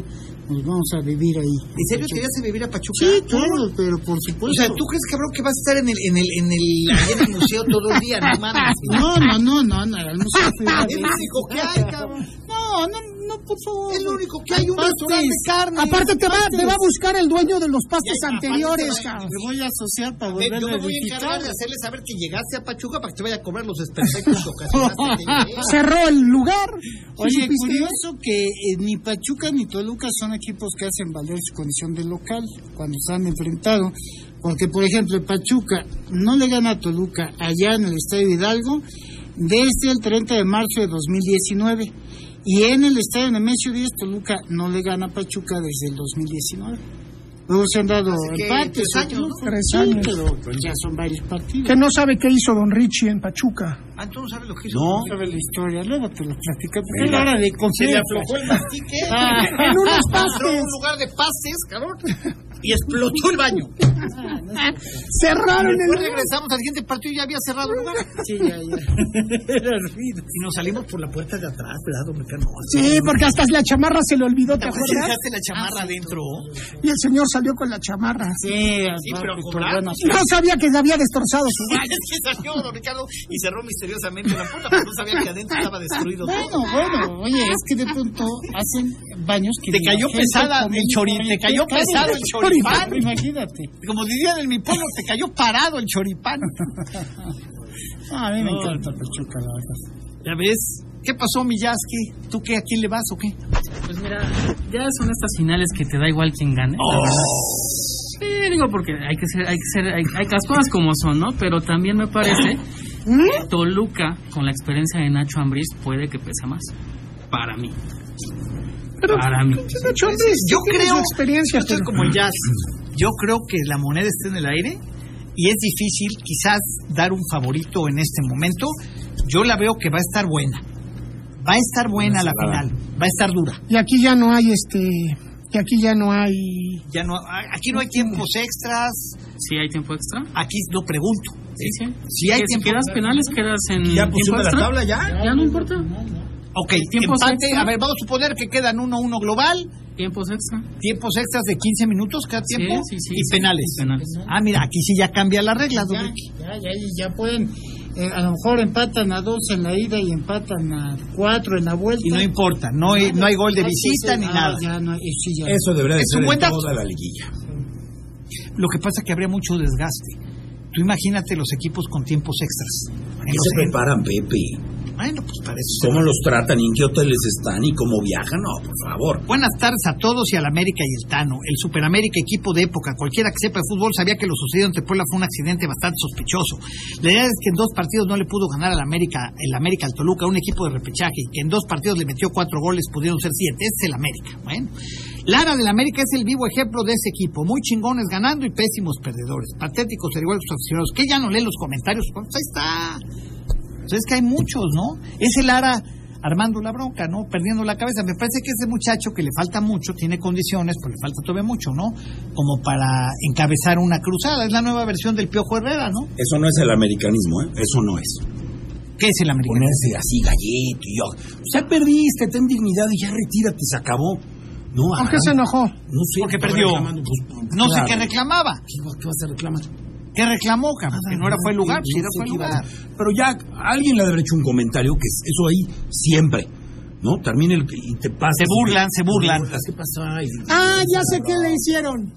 D: nos vamos a vivir ahí.
A: ¿En serio querías vivir a Pachuca?
D: Sí, claro, pero por
A: O
D: supuesto.
A: sea, ¿tú crees, cabrón, que vas a estar en el, en el, en el, ahí en el museo todo el día? No mames.
D: No, no, no, no, no, al museo fui una
A: Es
D: vez.
A: lo único que hay, cabrón.
D: No, no, no, por favor.
A: Es lo único que hay, un
D: Pastes.
A: restaurante de carne.
C: Aparte te va, te va a buscar el dueño de los pastes
A: Ya, aparte
C: anteriores,
A: te va-
C: cabrón.
D: Me voy a asociar para
A: A ver, Eh, yo
D: volver
A: me
D: a
A: voy a encargar
D: visitar.
A: de hacerle saber que llegaste a Pachuca para que te vaya a cobrar los desperfectos que ocasionaste. que llegué.
C: Cerró el lugar. ¿Sí
D: Oye,
C: supiste?
D: curioso que eh, ni Pachuca ni Toluca son equipos que hacen valer su condición de local cuando se han enfrentado, porque por ejemplo el Pachuca no le gana a Toluca allá en el Estadio Hidalgo desde el 30 de marzo de 2019 y en el Estadio Nemesio 10 Toluca no le gana a Pachuca desde el 2019. Luego se han dado
A: que
D: empates,
A: tres años, ¿no?
D: tres
C: Tres
D: años,
C: años.
D: pero pues, ya son varios partidos.
C: Que no sabe qué hizo Don Richie en Pachuca.
A: Ah, tú no sabes lo que hizo.
B: No,
D: sabe la historia, luego te lo platico, porque es la hora de confianza.
A: el mastique ¿eh?
D: Ah.
A: en unos pastes. En un lugar de pastes, cabrón. Y explotó el baño.
D: Ah.
C: Cerraron
A: Después
C: el.
A: regresamos al siguiente partido y ya había cerrado el lugar.
D: Sí, ya, ya.
A: Y nos salimos por la puerta de atrás, ¿verdad, don Ricardo?
C: Sí, porque hasta la chamarra se le olvidó, ¿te
A: ¿Te acuerdas?
C: acuerdas?
A: Dejaste la chamarra
D: Ah,
A: adentro.
C: Y el señor salió con la chamarra.
D: Sí, aparte,
A: Sí, pero
D: pues,
A: cobrando.
D: bueno,
C: No sabía que le había destrozado su
A: Ah, es que salió don Ricardo y cerró misteriosamente la puerta, pero no sabía que adentro estaba destruido.
D: Bueno, bueno, oye, es que de pronto hacen baños que...
A: Te
D: ni
A: cayó
D: la gente
A: pesada
D: come
A: el
D: ni
A: chori-
D: come.
A: te cayó
D: Claro,
A: pesado el choripán.
D: Imagínate.
A: Como dirían en mi pueblo, te cayó parado el choripán.
D: Ah, a mí me encanta Pachuca, la verdad.
A: ¿Ya ves? ¿Qué pasó, Miyaski? ¿Tú qué? ¿A quién le vas o qué?
I: Pues mira, ya son estas finales que te da igual quién gane. la
B: Oh.
I: verdad. Sí, digo porque hay que ser, hay que ser, hay, hay que las cosas como son, ¿no? Pero también me parece que Toluca, con la experiencia de Nacho Ambriz, puede que pesa más. Para mí.
D: Ah,
I: Para mí.
C: De hecho, Andrés,
A: Yo
C: tiene
A: creo-
C: su experiencia,
A: Esto es
C: pero-
A: como el jazz. Yo creo que la moneda está en el aire y es difícil quizás dar un favorito en este momento. yo la veo que va a estar buena. Va a estar buena la final, va a estar dura.
C: Y aquí ya no hay este. Y aquí ya no hay.
A: Ya no, aquí no hay tiempos extras,
I: ¿Sí hay tiempo extra?
A: aquí lo pregunto.
I: Sí, sí.
A: Si hay
I: Que si
A: tiempo-
I: quedas penales, quedas en.
B: Ya
I: tiempo
B: pusiste la
I: extra.
B: tabla ya.
I: Ya no importa.
A: Ok,
I: ¿Tiempos
A: empate,
I: extra?
A: a ver, vamos a suponer que quedan 1-1 global,
I: Tiempos extra.
A: tiempos extras de 15 minutos cada
I: Sí,
A: tiempo
I: sí, sí,
A: y
I: sí,
A: penales.
I: y penales.
A: Ah, mira, aquí sí ya cambia la regla, don
D: Ya,
A: Ricky.
D: ya, ya, ya pueden. eh, a lo mejor empatan a dos en la ida y empatan a cuatro en la vuelta.
A: Y no importa, no hay, no hay gol de
D: Ay, sí,
A: visita
D: sí,
A: ni
D: ah,
A: nada.
D: ya no, eh, sí, ya.
B: Eso debería de
A: Es
B: ser
A: un
B: en
A: buen dato.
B: toda la liguilla.
A: Lo que pasa es que habría mucho desgaste. Tú imagínate los equipos con tiempos extras.
B: ¿Qué se preparan, Pepe?
A: Bueno, pues para eso.
B: ¿Cómo los tratan? ¿En qué hoteles están? ¿Y cómo viajan? No, por favor.
A: Buenas tardes a todos y al América y el Tano. El Superamérica, equipo de época. Cualquiera que sepa de fútbol sabía que lo sucedido ante Puebla fue un accidente bastante sospechoso. La idea es que en dos partidos no le pudo ganar al América, el América al Toluca, un equipo de repechaje, y que en dos partidos le metió cuatro goles, pudieron ser siete. Este es el América. Bueno. Lara del América es el vivo ejemplo de ese equipo. Muy chingones ganando y pésimos perdedores. Patéticos, al igual que sus aficionados. Que ya no lee los comentarios. Pues ahí está. Entonces Pues es que hay muchos, ¿no? Ese Lara armando la bronca, ¿no? Perdiendo la cabeza. Me parece que ese muchacho que le falta mucho, tiene condiciones, pues le falta todavía mucho, ¿no? Como para encabezar una cruzada. Es la nueva versión del Piojo Herrera, ¿no?
B: Eso no es el americanismo, ¿eh? Eso no es.
A: ¿Qué es el americano?
B: Ponerse así galleto y yo. Ya perdiste, ten dignidad y ya retírate, se acabó. No,
C: ¿Por qué se
B: arranca.
C: enojó?
B: No sé.
A: Porque
B: estaba
A: perdió.
B: reclamando, pues,
A: No sé
B: claro.
A: qué reclamaba.
B: ¿Qué va- qué vas a reclamar? Ah,
A: ¿Qué reclamó, cabrón? Que no era fue el lugar,
B: No
A: si era
B: sé
A: fue el
B: qué iba a
A: lugar.
B: hacer. Pero ya alguien le debe haber hecho un comentario que es- eso ahí siempre. ¿No? Termina el. Y te pasa.
A: Se burlan, se burlan.
B: ¿Qué pasa? Y-
C: Ah, ya sé qué le hicieron.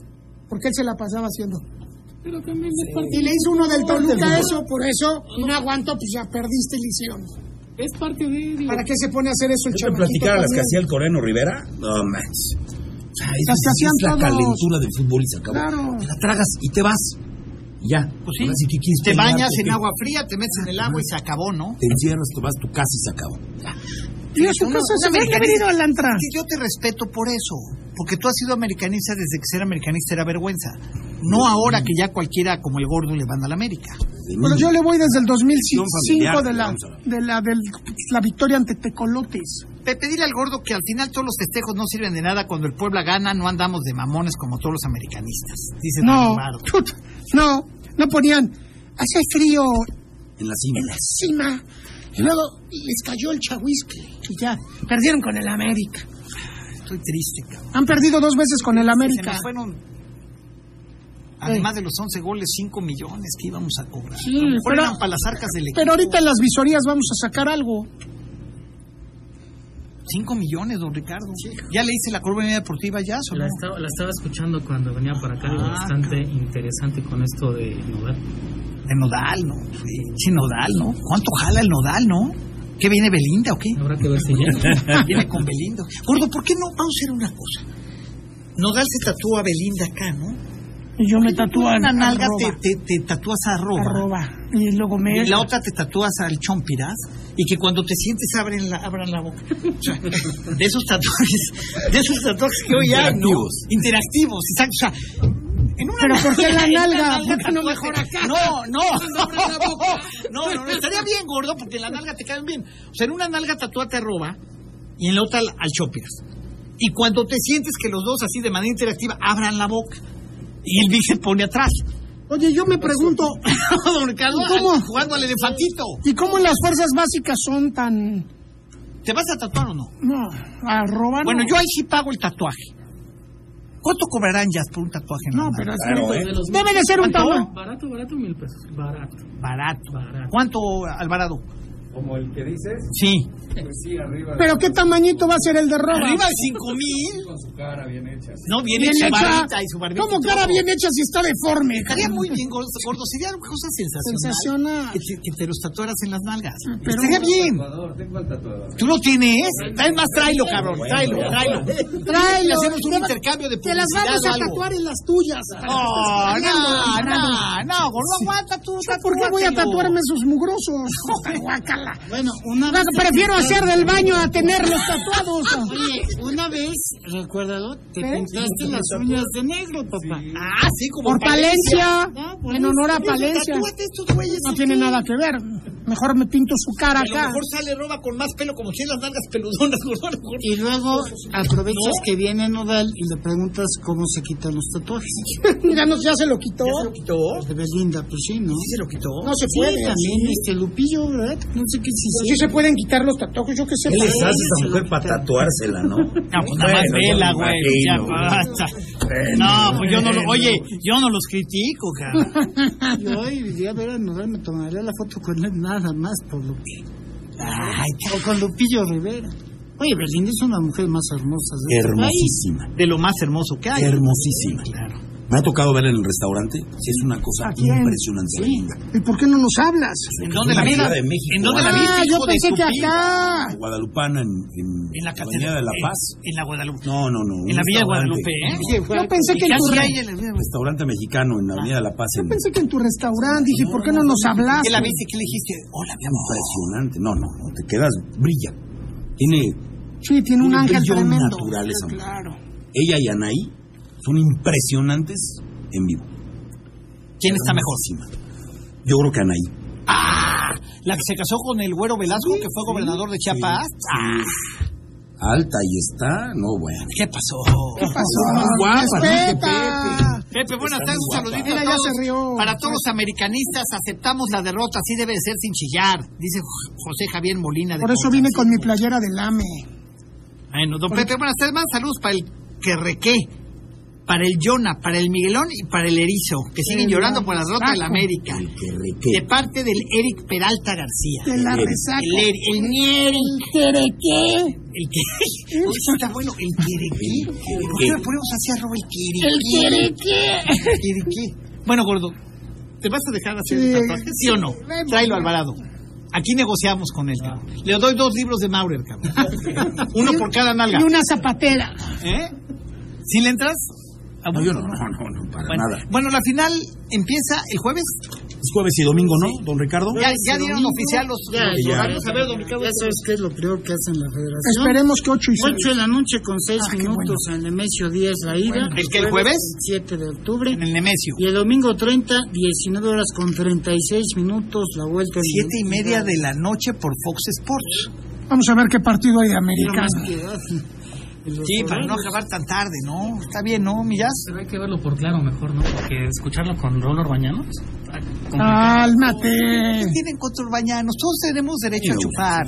C: Porque él se la pasaba haciendo. Y le hizo uno del Toluca eso, por eso. Y no aguanto, pues ya perdiste y le hicieron.
I: Es parte de. digo,
C: ¿Para qué se pone a hacer eso el
B: Yo te
C: chamaquito?
B: platicara las que
C: también?
B: hacía el coreano Rivera. No manches. O sea, es,
C: Las que
B: es
C: hacían
B: la
C: todos.
B: calentura del fútbol y se acabó.
C: Claro.
B: Te la tragas y te vas. Y Ya.
A: Pues sí.
B: Ahora sí que quieres
A: Te
B: pelear,
A: bañas
B: ¿por
A: en
B: qué?
A: agua fría, te metes en el agua y se acabó, ¿no?
B: Te encierras, te vas a tu casa y se acabó.
C: Y a su
A: Uno-
C: casa
A: un
C: se había
A: americanista.
C: venido al
B: Ah.
C: antra.
A: Sí, yo te respeto por eso, porque tú has sido americanista desde que ser americanista era vergüenza. No ahora que ya cualquiera como el gordo le manda a la América.
C: Pero yo le voy desde el 2005
B: familiar,
C: de la,
B: vamos
C: de la, del, la victoria ante Tecolotes.
A: Pepe, dile al gordo que al final todos los festejos no sirven de nada. Cuando el Puebla gana, no andamos de mamones como todos los americanistas. Dice
C: No,
A: Daniel Bardo.
C: chut, no, no ponían. Hace frío
B: En la cima.
C: en la cima. Y luego les cayó el chahuisque. Y ya, perdieron con el América.
A: Estoy triste, cabrón.
C: Han perdido dos veces con el
A: Se
C: América.
A: nos fueron, además de los 11 goles, 5 millones que íbamos a cobrar.
C: Sí,
A: A lo mejor
C: pero-
A: eran para las arcas del equipo.
C: Pero ahorita en las visorías vamos a sacar algo.
A: 5 millones, don Ricardo. Ya le hice la curva de media deportiva ya, ¿o
I: La
A: no?
I: estaba, la estaba escuchando cuando venía para acá, digo,
A: Ah,
I: bastante interesante con esto de innovar.
A: De Nodal, ¿no? Sí, sí, Nodal, ¿no? ¿Cuánto jala el Nodal, no? ¿Qué viene Belinda o qué?
I: Habrá que ver si llega.
A: Viene con Belinda. Gordo, ¿por qué no? Vamos a hacer una cosa. Nodal se tatúa a Belinda acá, ¿no?
C: Y yo me
A: Tatúa
C: tatúan.
A: una nalga, te,
C: arroba,
A: te, te tatúas a arroba.
C: arroba. Y luego me.
A: Y la otra te tatúas al chompiras y que cuando te sientes abren la, abran la boca. O sea, de esos tatuajes, de esos tatuajes que hoy hay, ¿no?
B: Interactivos.
A: Interactivos, exacto. O sea, en una
C: Pero ¿por qué la
A: en una
C: nalga? ¿Por qué no
A: tatúate-
C: mejor acá?
A: No, no. No, no, no, estaría bien, gordo, porque en la nalga te caen bien. O sea, en una nalga tatúate arroba y en la otra al, al chompiras. Y cuando te sientes que los dos así de manera interactiva abran la boca y el Vic se pone atrás.
C: Oye, yo me pregunto,
A: Don Ricardo,
C: ¿Cómo?
A: jugando al elefantito.
C: ¿y cómo las fuerzas básicas son tan.
A: ¿Te vas a tatuar o no?
C: No, arroba? Ah, no?
A: Bueno, yo ahí sí pago el tatuaje. ¿Cuánto cobrarán ya por un tatuaje?
C: No,
A: normal?
C: pero es
B: Claro,
C: que-
B: ¿eh?
C: Debe de ser un
A: ¿Cuánto?
C: tono.
I: Barato, barato, mil pesos. Barato.
A: Barato.
I: Barato.
A: ¿Cuánto, Alvarado?
J: Como el que dices,
A: Sí.
J: pues sí, arriba,
C: Pero qué tamañito va a ser el de roba.
A: Arriba de cinco mil.
J: con su cara bien hecha.
A: No, viene
C: bien
A: su
C: hecha.
A: barbita y su barbita.
C: ¿Cómo
A: y
C: cara
A: todo.
C: bien hecha si está deforme?
A: Estaría muy bien, gordo. gordo. Sería una cosa sensacional.
C: Sensacional.
A: Que te, que te los tatuaras en las nalgas.
C: Ah, Pero-
A: Estaría bien.
J: Tatuador, tengo el tatuador.
A: Tú lo tienes. Es más, tráelo, cabrón. Tráelo, tráelo.
C: Tráelo.
A: Hacemos un
C: Te va-
A: intercambio de
C: Te las
A: publicidad
C: vamos
A: o
C: a
A: algo.
C: tatuar en las tuyas.
A: Oh, no, no, no, no, gordo, aguanta tú.
C: ¿Por qué voy a
A: tatúatelo.
C: tatuarme sus mugrosos? Guácala.
D: Bueno, una
C: No,
D: vez.
C: Prefiero hacer del baño a tenerlos tatuados.
D: Oye, una vez, recuérdalo, te
C: ¿Eh?
D: pintaste las uñas de negro, papá.
A: Ah, sí, como
C: Por Palencia.
D: No, por
C: En honor a
D: eso,
C: Palencia.
D: tatúate estos güeyes
C: No
D: aquí.
C: tiene nada que ver. Mejor me pinto su cara
A: a lo
C: acá.
A: mejor sale roba con más pelo, como si las nalgas peludonas, gordonas, gordonas.
D: Y luego aprovechas que viene Nodal y le preguntas cómo se quitan los tatuajes.
C: Mira, no, ya se lo quitó.
A: ¿Ya se lo quitó?
D: De Belinda, pues sí, ¿no?
A: ¿Sí se lo quitó?
D: No se puede. Sí, también este Lupillo, ¿verdad? No sé qué si
C: Sí se pueden quitar los tatuajes, yo qué sé.
B: ¿Qué les hace
D: Sí,
B: esa
D: se
B: mujer
D: lo
B: para
D: quitan.
B: tatuársela, no? No,
A: No, pues nada más vela, güey. pues Ya basta. No, pues yo no lo, oye, yo no los critico, cara.
D: Yo hoy iría a ver a Nodal, me tomaría la foto con él nada más por lo que. o con Lupillo Rivera. Oye, Belinda es una mujer más hermosa. de este
B: Hermosísima,
A: De lo más hermoso que hay.
B: hermosísima. Me ha tocado verla en el restaurante. Sí, es una cosa impresionante.
C: ¿Y por qué no nos hablas?
A: ¿En dónde la
B: Ciudad
A: vida?
B: de México.
A: ¿En dónde la
B: Ah,
A: viste,
C: yo
A: hijo de
C: pensé
A: su
C: que
A: pin?
C: acá.
B: Guadalupana, en, en,
A: En la
B: Avenida
A: catedral
B: de La Paz.
A: En, en la Guadalupe.
B: No, no, no.
A: en la Villa de
B: un restaurante.
A: Guadalupe, ¿eh?
C: Yo pensé que
A: Y
C: en
A: casi
C: tu re-
A: ahí en la Villa de Guadalupe.
B: Restaurante mexicano en la Avenida de La Paz. En,
C: Ah, pensé que en tu restaurante dije, ¿por qué no nos hablas?
A: ¿Qué la viste? ¿Qué le dijiste? Hola, mi amor.
B: impresionante. No, no, no, te quedas, brilla. Tiene
C: Sí, tiene un
B: Un
C: ángel
B: brillo
C: tremendo.
B: natural
C: Sí,
B: esa mujer.
C: claro.
B: ella y Anaí son impresionantes en vivo.
A: ¿Quién está mejor?
B: Yo creo que Anaí.
A: ¡Ah! ¿La que se casó con el güero Velasco, que fue gobernador de Chiapas? Ah,
B: Alta y está, no bueno.
A: ¿Qué pasó?
C: Respeta.
A: Pepe, buenas tardes, un saludito
C: Mira,
A: a
C: ya
A: todos.
C: se rió.
A: Para todos los americanistas, aceptamos la derrota, así debe de ser sin chillar, dice José Javier Molina. de
C: Por eso
A: Ponce.
C: vine con mi playera de lame.
A: Bueno, don Pepe, buenas tardes, más saludos para el Querrequé, para el Jonah, para el Miguelón y para el Erizo, que siguen
C: El
A: llorando por la derrota de la
C: saco.
A: América.
B: El que
A: De
B: reque.
A: parte del Eric Peralta García.
C: Te la
B: Bien.
C: resaco.
A: El Eric, el Nieri,
C: Terequé.
A: el que... Oye, está bueno, el Querrequé. ¿Por qué le ponemos así a Rob el Querrequé?
C: El Terequé.
A: Bueno, gordo, ¿te vas a dejar hacer
C: Sí.
A: el tatuaje? ¿Sí Ah. o no? Tráelo Alvarado. Aquí negociamos con él, cabrón. Le doy dos libros de Maurer, cabrón. Uno por cada nalga.
C: Y una zapatera.
A: ¿Eh? ¿Sí le entras?
B: No, yo no, no, no, no, para
A: Bueno,
B: nada.
A: bueno, la final empieza el jueves.
B: Es jueves y domingo, ¿no, don Ricardo?
A: Ya, ya dieron oficial los, los
B: ya.
A: horarios. A ver, don Ricardo.
D: Ya sabes qué es lo peor que hacen la federación.
C: Esperemos que 8 y 6.
D: 8 de la noche con 6
C: Ah,
D: minutos en Nemesio 10 la ida.
A: ¿El que el jueves?
D: 7 de octubre.
A: En el Nemesio.
D: Y el domingo 30, 19 horas con 36 minutos la vuelta. en-
A: Siete y media de la noche por Fox Sports.
C: Vamos a ver qué partido hay de
D: Pero
C: América.
D: más piedad.
A: Sí, para no acabar tan tarde, ¿no? Pues Está bien, ¿no, Millas?
I: Pero hay que verlo por claro mejor, ¿no? Porque escucharlo con Rolo Orbañanos. está complicado.
C: Cálmate.
A: ¿Qué tienen contra urbañanos? Todos tenemos derecho a chupar.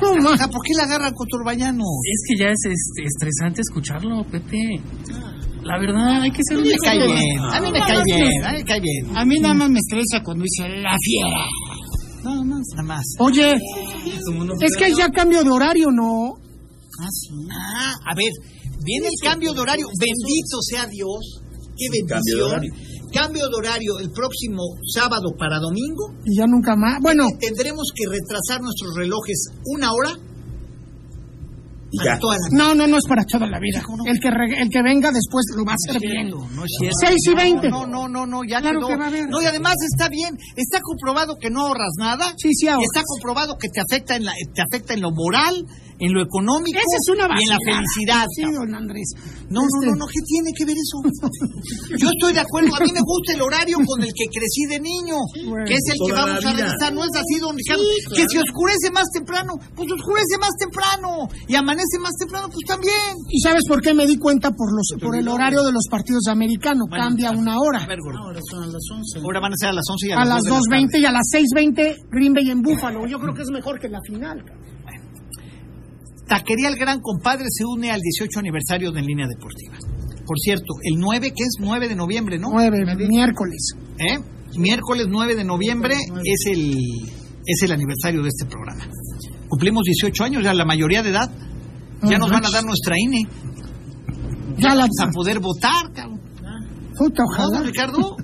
A: O sea, ¿Por qué la agarran contra urbañanos?
I: Es que ya es este, estresante escucharlo, Pepe. La verdad, hay que ser un
A: Me cae bien, a mí me cae bien, a mí me cae bien.
D: A mí nada más me estresa cuando dice la fiera.
A: Nada más, nada más.
C: Oye, Oh, es que hay ya cambio de horario, ¿no?
A: Ah, a ver, viene el cambio de horario. Bendito sea Dios. Qué
B: cambio de
A: bendición.
B: horario.
A: Cambio de horario el próximo sábado para domingo.
C: Y ya nunca más. Bueno,
A: Tendremos que retrasar nuestros relojes una hora
B: Y
A: para
B: ya.
A: toda la
C: no, no, no es para toda la vida. El que, reg- el que venga después lo va a hacer bien.
A: No es cierto.
C: 6 y
A: No,
C: 20.
A: No, no, no, no, ya
C: Claro
A: quedó.
C: que va a haber.
A: No, y además está bien. Está comprobado que no ahorras nada.
C: Sí, sí, ahora.
A: Está comprobado que te afecta en la, te afecta en lo moral, en lo económico
C: Esa es una
A: y en la
C: vacilada.
A: felicidad.
C: Sí,
A: cabrón.
C: don Andrés.
A: No,
C: Este,
A: no, no, no, ¿qué tiene que ver eso? Yo estoy de acuerdo, a mí me gusta el horario con el que crecí de niño,
C: Bueno,
A: que es el que
B: toda
A: vamos
B: la
A: a
B: vida.
A: regresar, no es así, don Ricardo, que si oscurece más temprano, pues oscurece más temprano, y amanece más temprano, pues también.
C: ¿Y sabes por qué me di cuenta? Por los por el horario de los partidos americanos.
A: Bueno,
C: Cambia una hora.
A: Ahora van a ser a las 11 y a,
C: A las
A: dos de la
C: 2.20 y a las 6.20 Green Bay en Búfalo. Yo creo que es mejor que la final. cabrón.
A: Taquería El Gran Compadre se une al 18 aniversario de En Línea Deportiva. Por cierto, el 9, que es 9 de noviembre, ¿no?
C: 9, miércoles.
A: ¿Eh? Miércoles 9 de noviembre es el, es el aniversario de este programa. Cumplimos 18 años, ya la mayoría de edad. Ya nos van a dar nuestra E. INE
C: Ya la
A: para poder votar, cabrón.
C: puta,
A: ¿No, don
C: ojalá.
A: Ricardo?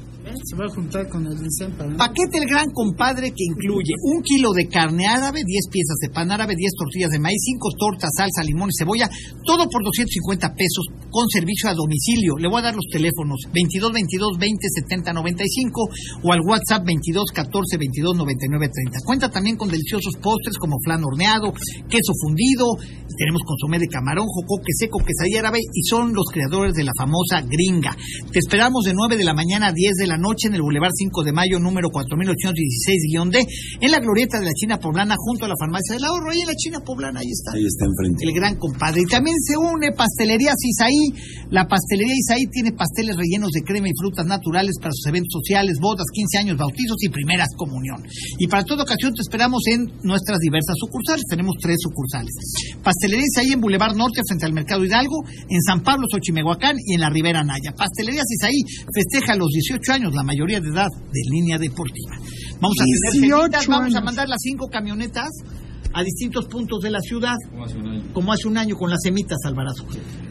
D: Se va a juntar con el Vicente.
J: Ah,
D: ¿no?
A: Paquete el gran compadre que incluye un kilo de carne árabe, 10 piezas de pan árabe, 10 tortillas de maíz, 5 tortas, salsa, limón y cebolla, todo por 250 pesos con servicio a domicilio. Le voy a dar los teléfonos 22 22 20 70 95 o al WhatsApp 22 14 22 99 30. Cuenta también con deliciosos postres como flan horneado, queso fundido, tenemos consomé de camarón, jocoque seco, quesadilla árabe y son los creadores de la famosa gringa. Te esperamos de 9 de la mañana a 10 de la noche en el Boulevard 5 de Mayo, número 4816-D, en la glorieta de la China Poblana, junto a la Farmacia del Ahorro. Ahí en la China Poblana, ahí está.
B: Ahí está enfrente.
A: El gran compadre. Y también se une Pastelerías Isaí. La Pastelería Isaí tiene pasteles rellenos de crema y frutas naturales para sus eventos sociales, bodas, 15 años, bautizos y primeras comunión. Y para toda ocasión te esperamos en nuestras diversas sucursales. Tenemos tres sucursales. Pastelería Isaí en Boulevard Norte frente al Mercado Hidalgo, en San Pablo, Xochimehuacán y en la Ribera Naya. Pastelerías Isaí festeja los 18 años, la mayoría de edad, de línea deportiva. Vamos a tener
C: 18
A: cenas, vamos a
C: años.
A: mandar las cinco camionetas a distintos puntos de la ciudad, como hace un año con las semitas, Alvarazo.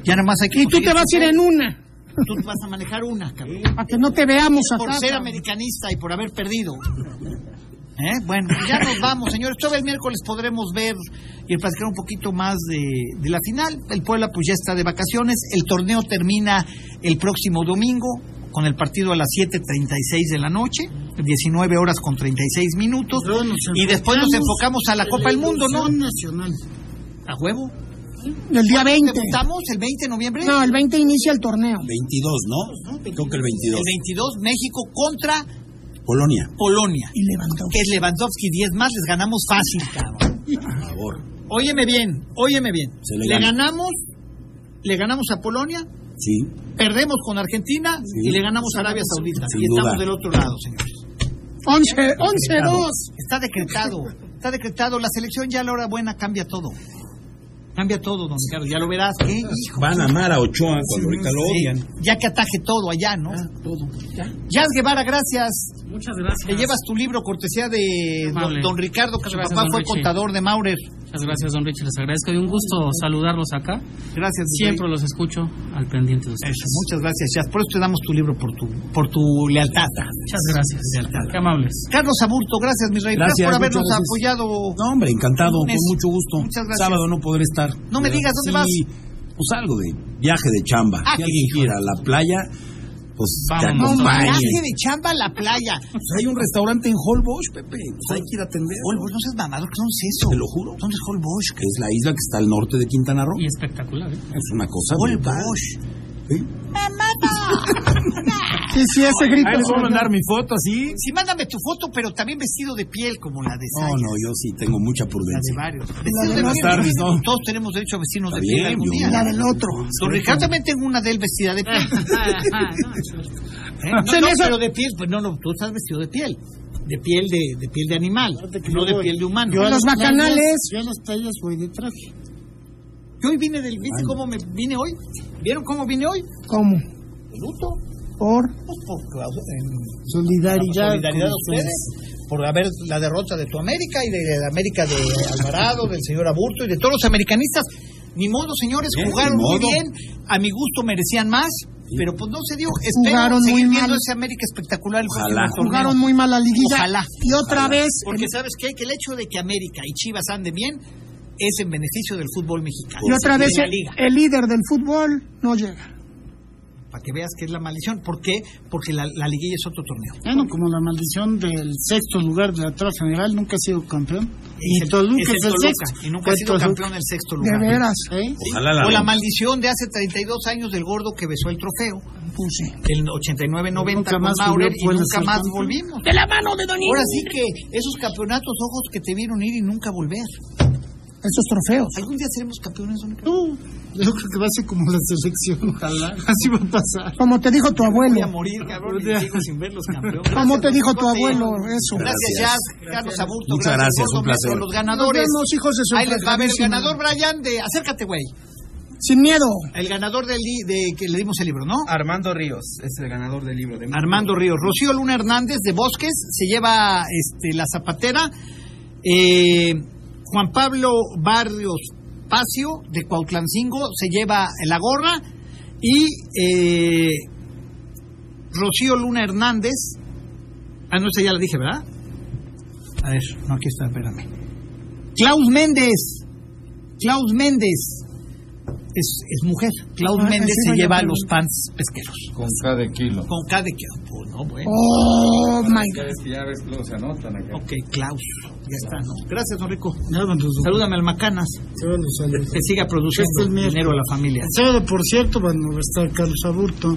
A: Ya nada más hay que
C: Y tú
A: conseguir
C: te vas a ir en una,
A: Tú te vas a manejar una, cabrón.
C: para que no te veamos
A: Por
C: acá.
A: ser
C: cabrón.
A: americanista y por haber perdido. ¿Eh? Bueno, pues ya nos vamos, señores. Todavía el miércoles podremos ver y platicar un poquito más de, de la final. El Puebla pues ya está de vacaciones. El torneo termina el próximo domingo con el partido a las 7.36 de la noche, 19 horas con 36 minutos.
D: Luego nos
A: Y después nos enfocamos a la Copa del Mundo, ¿no?
D: Selección Nacional. Ah,
A: A huevo.
C: El día 20.
A: ¿Debutamos el 20 de
D: eh?
A: noviembre?
C: No, el 20 inicia el torneo.
B: 22, ¿no? Creo que el
A: El
B: 22.
A: 22, México contra
B: Polonia,
A: Polonia.
C: Y levantó.
A: Que es Lewandowski 10 más, les ganamos fácil, cabrón.
B: por favor.
A: Óyeme bien, óyeme bien.
B: Se
A: le
B: le gana.
A: ganamos, le ganamos a Polonia,
B: Sí.
A: perdemos con Argentina
B: Sí.
A: y le ganamos a Arabia Saudita.
B: Sin
A: y estamos
B: duda.
A: del otro lado, señores.
C: 11, 11, 2.
A: Está decretado, está decretado. La selección ya a la hora buena cambia todo. Cambia todo, don Ricardo. Ya lo verás. ¿Qué hijo?
B: Van a amar a Ochoa cuando ahorita lo
A: Sí,
B: odian.
A: Ya que ataje todo allá, ¿no? Ah, todo. Yas Guevara, gracias.
I: Muchas gracias.
A: Te llevas tu libro cortesía de don,
I: Ah. Amable.
A: don Ricardo, que su
I: Gracias,
A: papá
I: don
A: fue
I: Richie.
A: contador de Maurer.
I: Muchas gracias, don Richard. Les agradezco y un gusto saludarlos acá.
A: Gracias.
I: Siempre los escucho al pendiente de ustedes.
A: Eso, muchas gracias, Chas. Por eso te damos tu libro, por tu, por tu lealtad.
I: Muchas gracias. Qué amables.
A: Carlos Aburto, gracias, mi rey. Gracias,
B: Gracias,
A: por habernos
B: muchas gracias.
A: apoyado.
B: No, hombre, encantado,
A: Lunes.
B: con mucho gusto.
A: Muchas gracias.
B: Sábado no podré estar.
A: No me digas, ¿dónde
B: vas? Pues algo de viaje de chamba.
A: Ah,
B: si
A: qué
B: alguien
A: hijo
B: quiere ir a la playa, pues ya
I: Vámonos.
B: no
I: No,
B: vaya.
A: Viaje de chamba a la playa.
B: Pues hay un restaurante en Holbox, Pepe. Pues hay que ir a atender.
A: Oye, vos no seas mamado, ¿qué no es eso?
B: Te lo juro.
A: ¿Dónde es Holbox?
B: Que es la isla que está al norte de Quintana Roo.
I: Y espectacular, ¿eh?
B: Es una cosa. brutal.
A: Holbox.
B: ¿Sí?
C: Sí, sí, ese grito.
B: Ahí les voy a mandar mi foto, ¿sí?
A: Sí, mándame tu foto, pero también vestido de piel, como la de
B: No,
A: Saya.
B: no, yo sí tengo mucha
A: La de
B: prudencia.
A: varios. Vestido de
B: Buenas
A: piel.
B: tardes, ¿no?
A: Todos tenemos derecho a vestirnos de
B: Está bien,
A: piel algún
B: yo-
A: día.
B: La
C: del otro.
A: Don Ricardo también tengo una de él vestida de piel. ¿Eh? No,
C: Se
A: no,
C: me hace-
A: pero de piel, pues no, no, tú estás vestido de piel. De piel de, de piel de animal, no de piel de humano.
D: Yo a
C: Los
D: las playas-
C: bacanales.
D: Yo a las playas voy de traje.
A: Yo hoy vine del. ¿Viste cómo me vine hoy? ¿Vieron cómo vine hoy?
C: ¿Cómo?
A: Luto.
C: Por.
A: Pues por claus- en
D: Solidaridad.
A: solidaridad a
D: con ustedes.
A: ustedes, por haber la derrota de tu América y de, de la América de Alvarado, del señor Aburto y de todos los americanistas. Ni modo, señores,
B: Bien,
A: jugaron
B: ni
A: muy
B: modo.
A: bien. A mi gusto merecían más, pero pues no se dio. Espero
C: Jugaron
A: seguir
C: muy
A: viendo
C: mal.
A: ese América espectacular el
B: Ojalá.
A: próximo torneo.
C: Jugaron muy mal la liguilla.
A: Ojalá.
C: Y otra vez.
A: Porque sabes qué? que el hecho de que América y Chivas anden bien es en beneficio del fútbol mexicano.
C: Y otra
A: de
C: vez
A: la
C: el,
A: liga.
C: el líder del fútbol no llega.
A: Para que veas que es la maldición. ¿Por qué? Porque la, la liguilla es otro torneo.
D: Bueno, como la maldición del sexto lugar de la tabla general, nunca ha sido campeón. Y
A: el-
D: Toluca es el,
A: Toluca,
D: sexto.
A: Y nunca ha
D: Fue
A: sido
D: Toluca.
A: campeón del sexto
C: De
A: lugar.
C: veras.
D: ¿Eh?
B: Ojalá la.
A: o la
B: vean.
A: maldición de hace 32 años del gordo que besó el trofeo.
C: Pues sí.
A: El 89-90
D: Nunca
A: con
D: más volvió
A: Maurer y
D: Puebla a
A: nunca
D: ser
A: más
D: campeón.
A: volvimos. De la mano de Don Ahora sí que esos campeonatos, ojos que te vieron ir y nunca volver.
C: Esos trofeos.
A: ¿Algún día seremos campeones? Don Ricardo?
D: No, yo creo que va a ser como la selección. Así va a pasar.
C: Como te dijo tu
A: Voy a
C: abuelo.
A: morir, cabrón, y sigo sin verlos campeones.
C: Como te dijo tu abuelo. Eso.
A: Gracias, Jazz, Carlos Aburto.
B: Muchas gracias,
A: Gordo
B: un placer.
A: Metro, Los ganadores.
C: Nos vemos, hijos de su
A: Ahí les va a ver el
C: fragadísima.
A: ganador, Brian, de... Acércate, güey.
C: Sin miedo.
A: El ganador del li- de que le dimos el libro, ¿no?
J: Armando Ríos es el ganador del libro. De
A: Armando Ríos. Rocío Luna Hernández de Bosques se lleva este, la zapatera. Eh, Juan Pablo Barrios Pacio de Cuautlancingo se lleva la gorra. Y eh, Rocío Luna Hernández. Ah, no sé, ya la dije, ¿verdad? A ver, no, aquí está, espérame. Klaus Méndez. Klaus Méndez. Es, es mujer. Klaus
C: Ah,
A: Méndez
C: sí,
A: se
C: vaya,
A: lleva
C: pero-
A: los pants pesqueros
J: Con cada kilo.
A: con cada que pues, no bueno
C: Oh
J: Ya
C: my God.
J: ves que ya ves, luego se anotan acá.
A: ok Klaus ya está ¿no? gracias don Rico salúdame al Macanas que siga produciendo
D: Este es mi-
A: dinero a la familia
D: El sábado, por cierto, bueno, va a estar Carlos Aburto,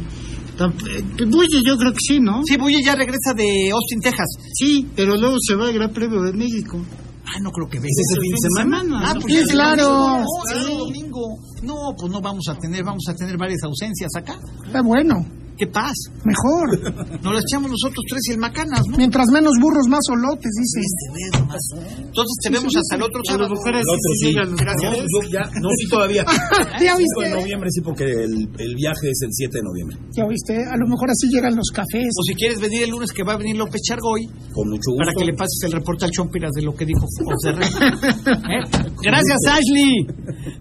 K: Bulle eh, yo creo que sí, ¿no?
A: Sí, Bulle ya regresa de Austin, Texas.
K: Sí, pero luego se va al Gran Premio de México.
A: Ah, no creo que veas
K: ¿Es
A: ese
K: el
A: fin de
K: fin de
A: semana.
K: semana?
A: Ah,
K: ¿no?
A: pues
K: Sí,
A: ya-
K: claro.
A: No,
K: Sí.
A: el domingo. No, pues no vamos a tener, vamos a tener varias ausencias acá.
C: Está bueno,
A: ¡Qué paz!
C: mejor.
A: Nos las echamos nosotros tres y el Macanas, ¿no?
C: Mientras menos burros, más olotes, dice.
A: Este, ve nomás. Entonces te vemos hasta el otro sábado.
L: El otro sí.
A: Gracias.
L: No, yo ya, no, sí todavía.
A: Este,
L: 5
C: ¿Ya
L: de
C: viste?
L: noviembre sí, porque el, el viaje es el 7 de noviembre.
C: ¿Ya viste? A lo mejor así llegan los cafés.
A: O si quieres venir el lunes que va a venir López Chargoy
L: Con mucho gusto.
A: para que le pases el reporte al Chompiras de lo que dijo José Reyes. ¿Eh? Gracias, Ashley.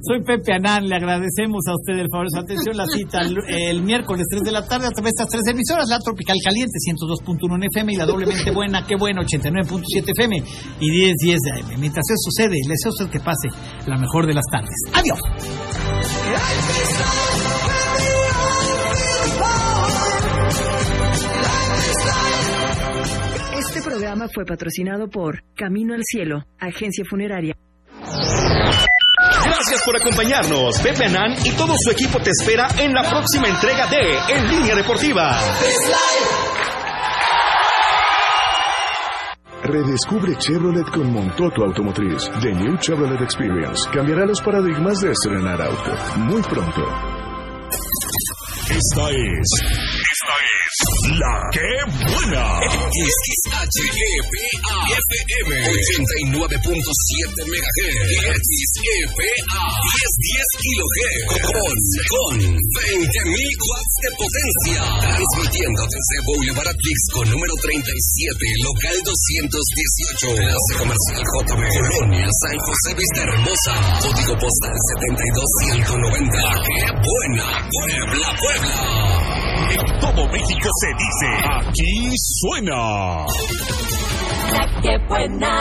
A: Soy Pepe Anán. Le agradecemos a usted el favor de su atención. La cita el, el miércoles 3 de la tarde a través de estas tres emisoras. La Tropical Caliente 102.1 en FM y la Doblemente Buena, Qué Bueno 89.7 FM y 10.10 de AM. Mientras eso sucede, le deseo a usted que pase la mejor de las tardes. Adiós.
M: Este programa fue patrocinado por Camino al Cielo, agencia funeraria.
N: Gracias por acompañarnos. Pepe Anán y todo su equipo te espera en la próxima entrega de En Línea Deportiva.
F: Redescubre Chevrolet con Montoto Automotriz. The New Chevrolet Experience cambiará los paradigmas de estrenar auto. Muy pronto. Esta es. Esta es. La que buena.
B: XHEPA-FM 89.7 MHz XEPA 1010 kHz Con, con 20.000 watts de potencia Transmitiendo desde Boulevard Atlixco número 37 Local 218 Plaza Comercial JB Colonia San José Vista Hermosa Código postal 72190 ¡Qué buena! Puebla, Puebla
F: En todo México se dice. Aquí suena.
O: La que buena,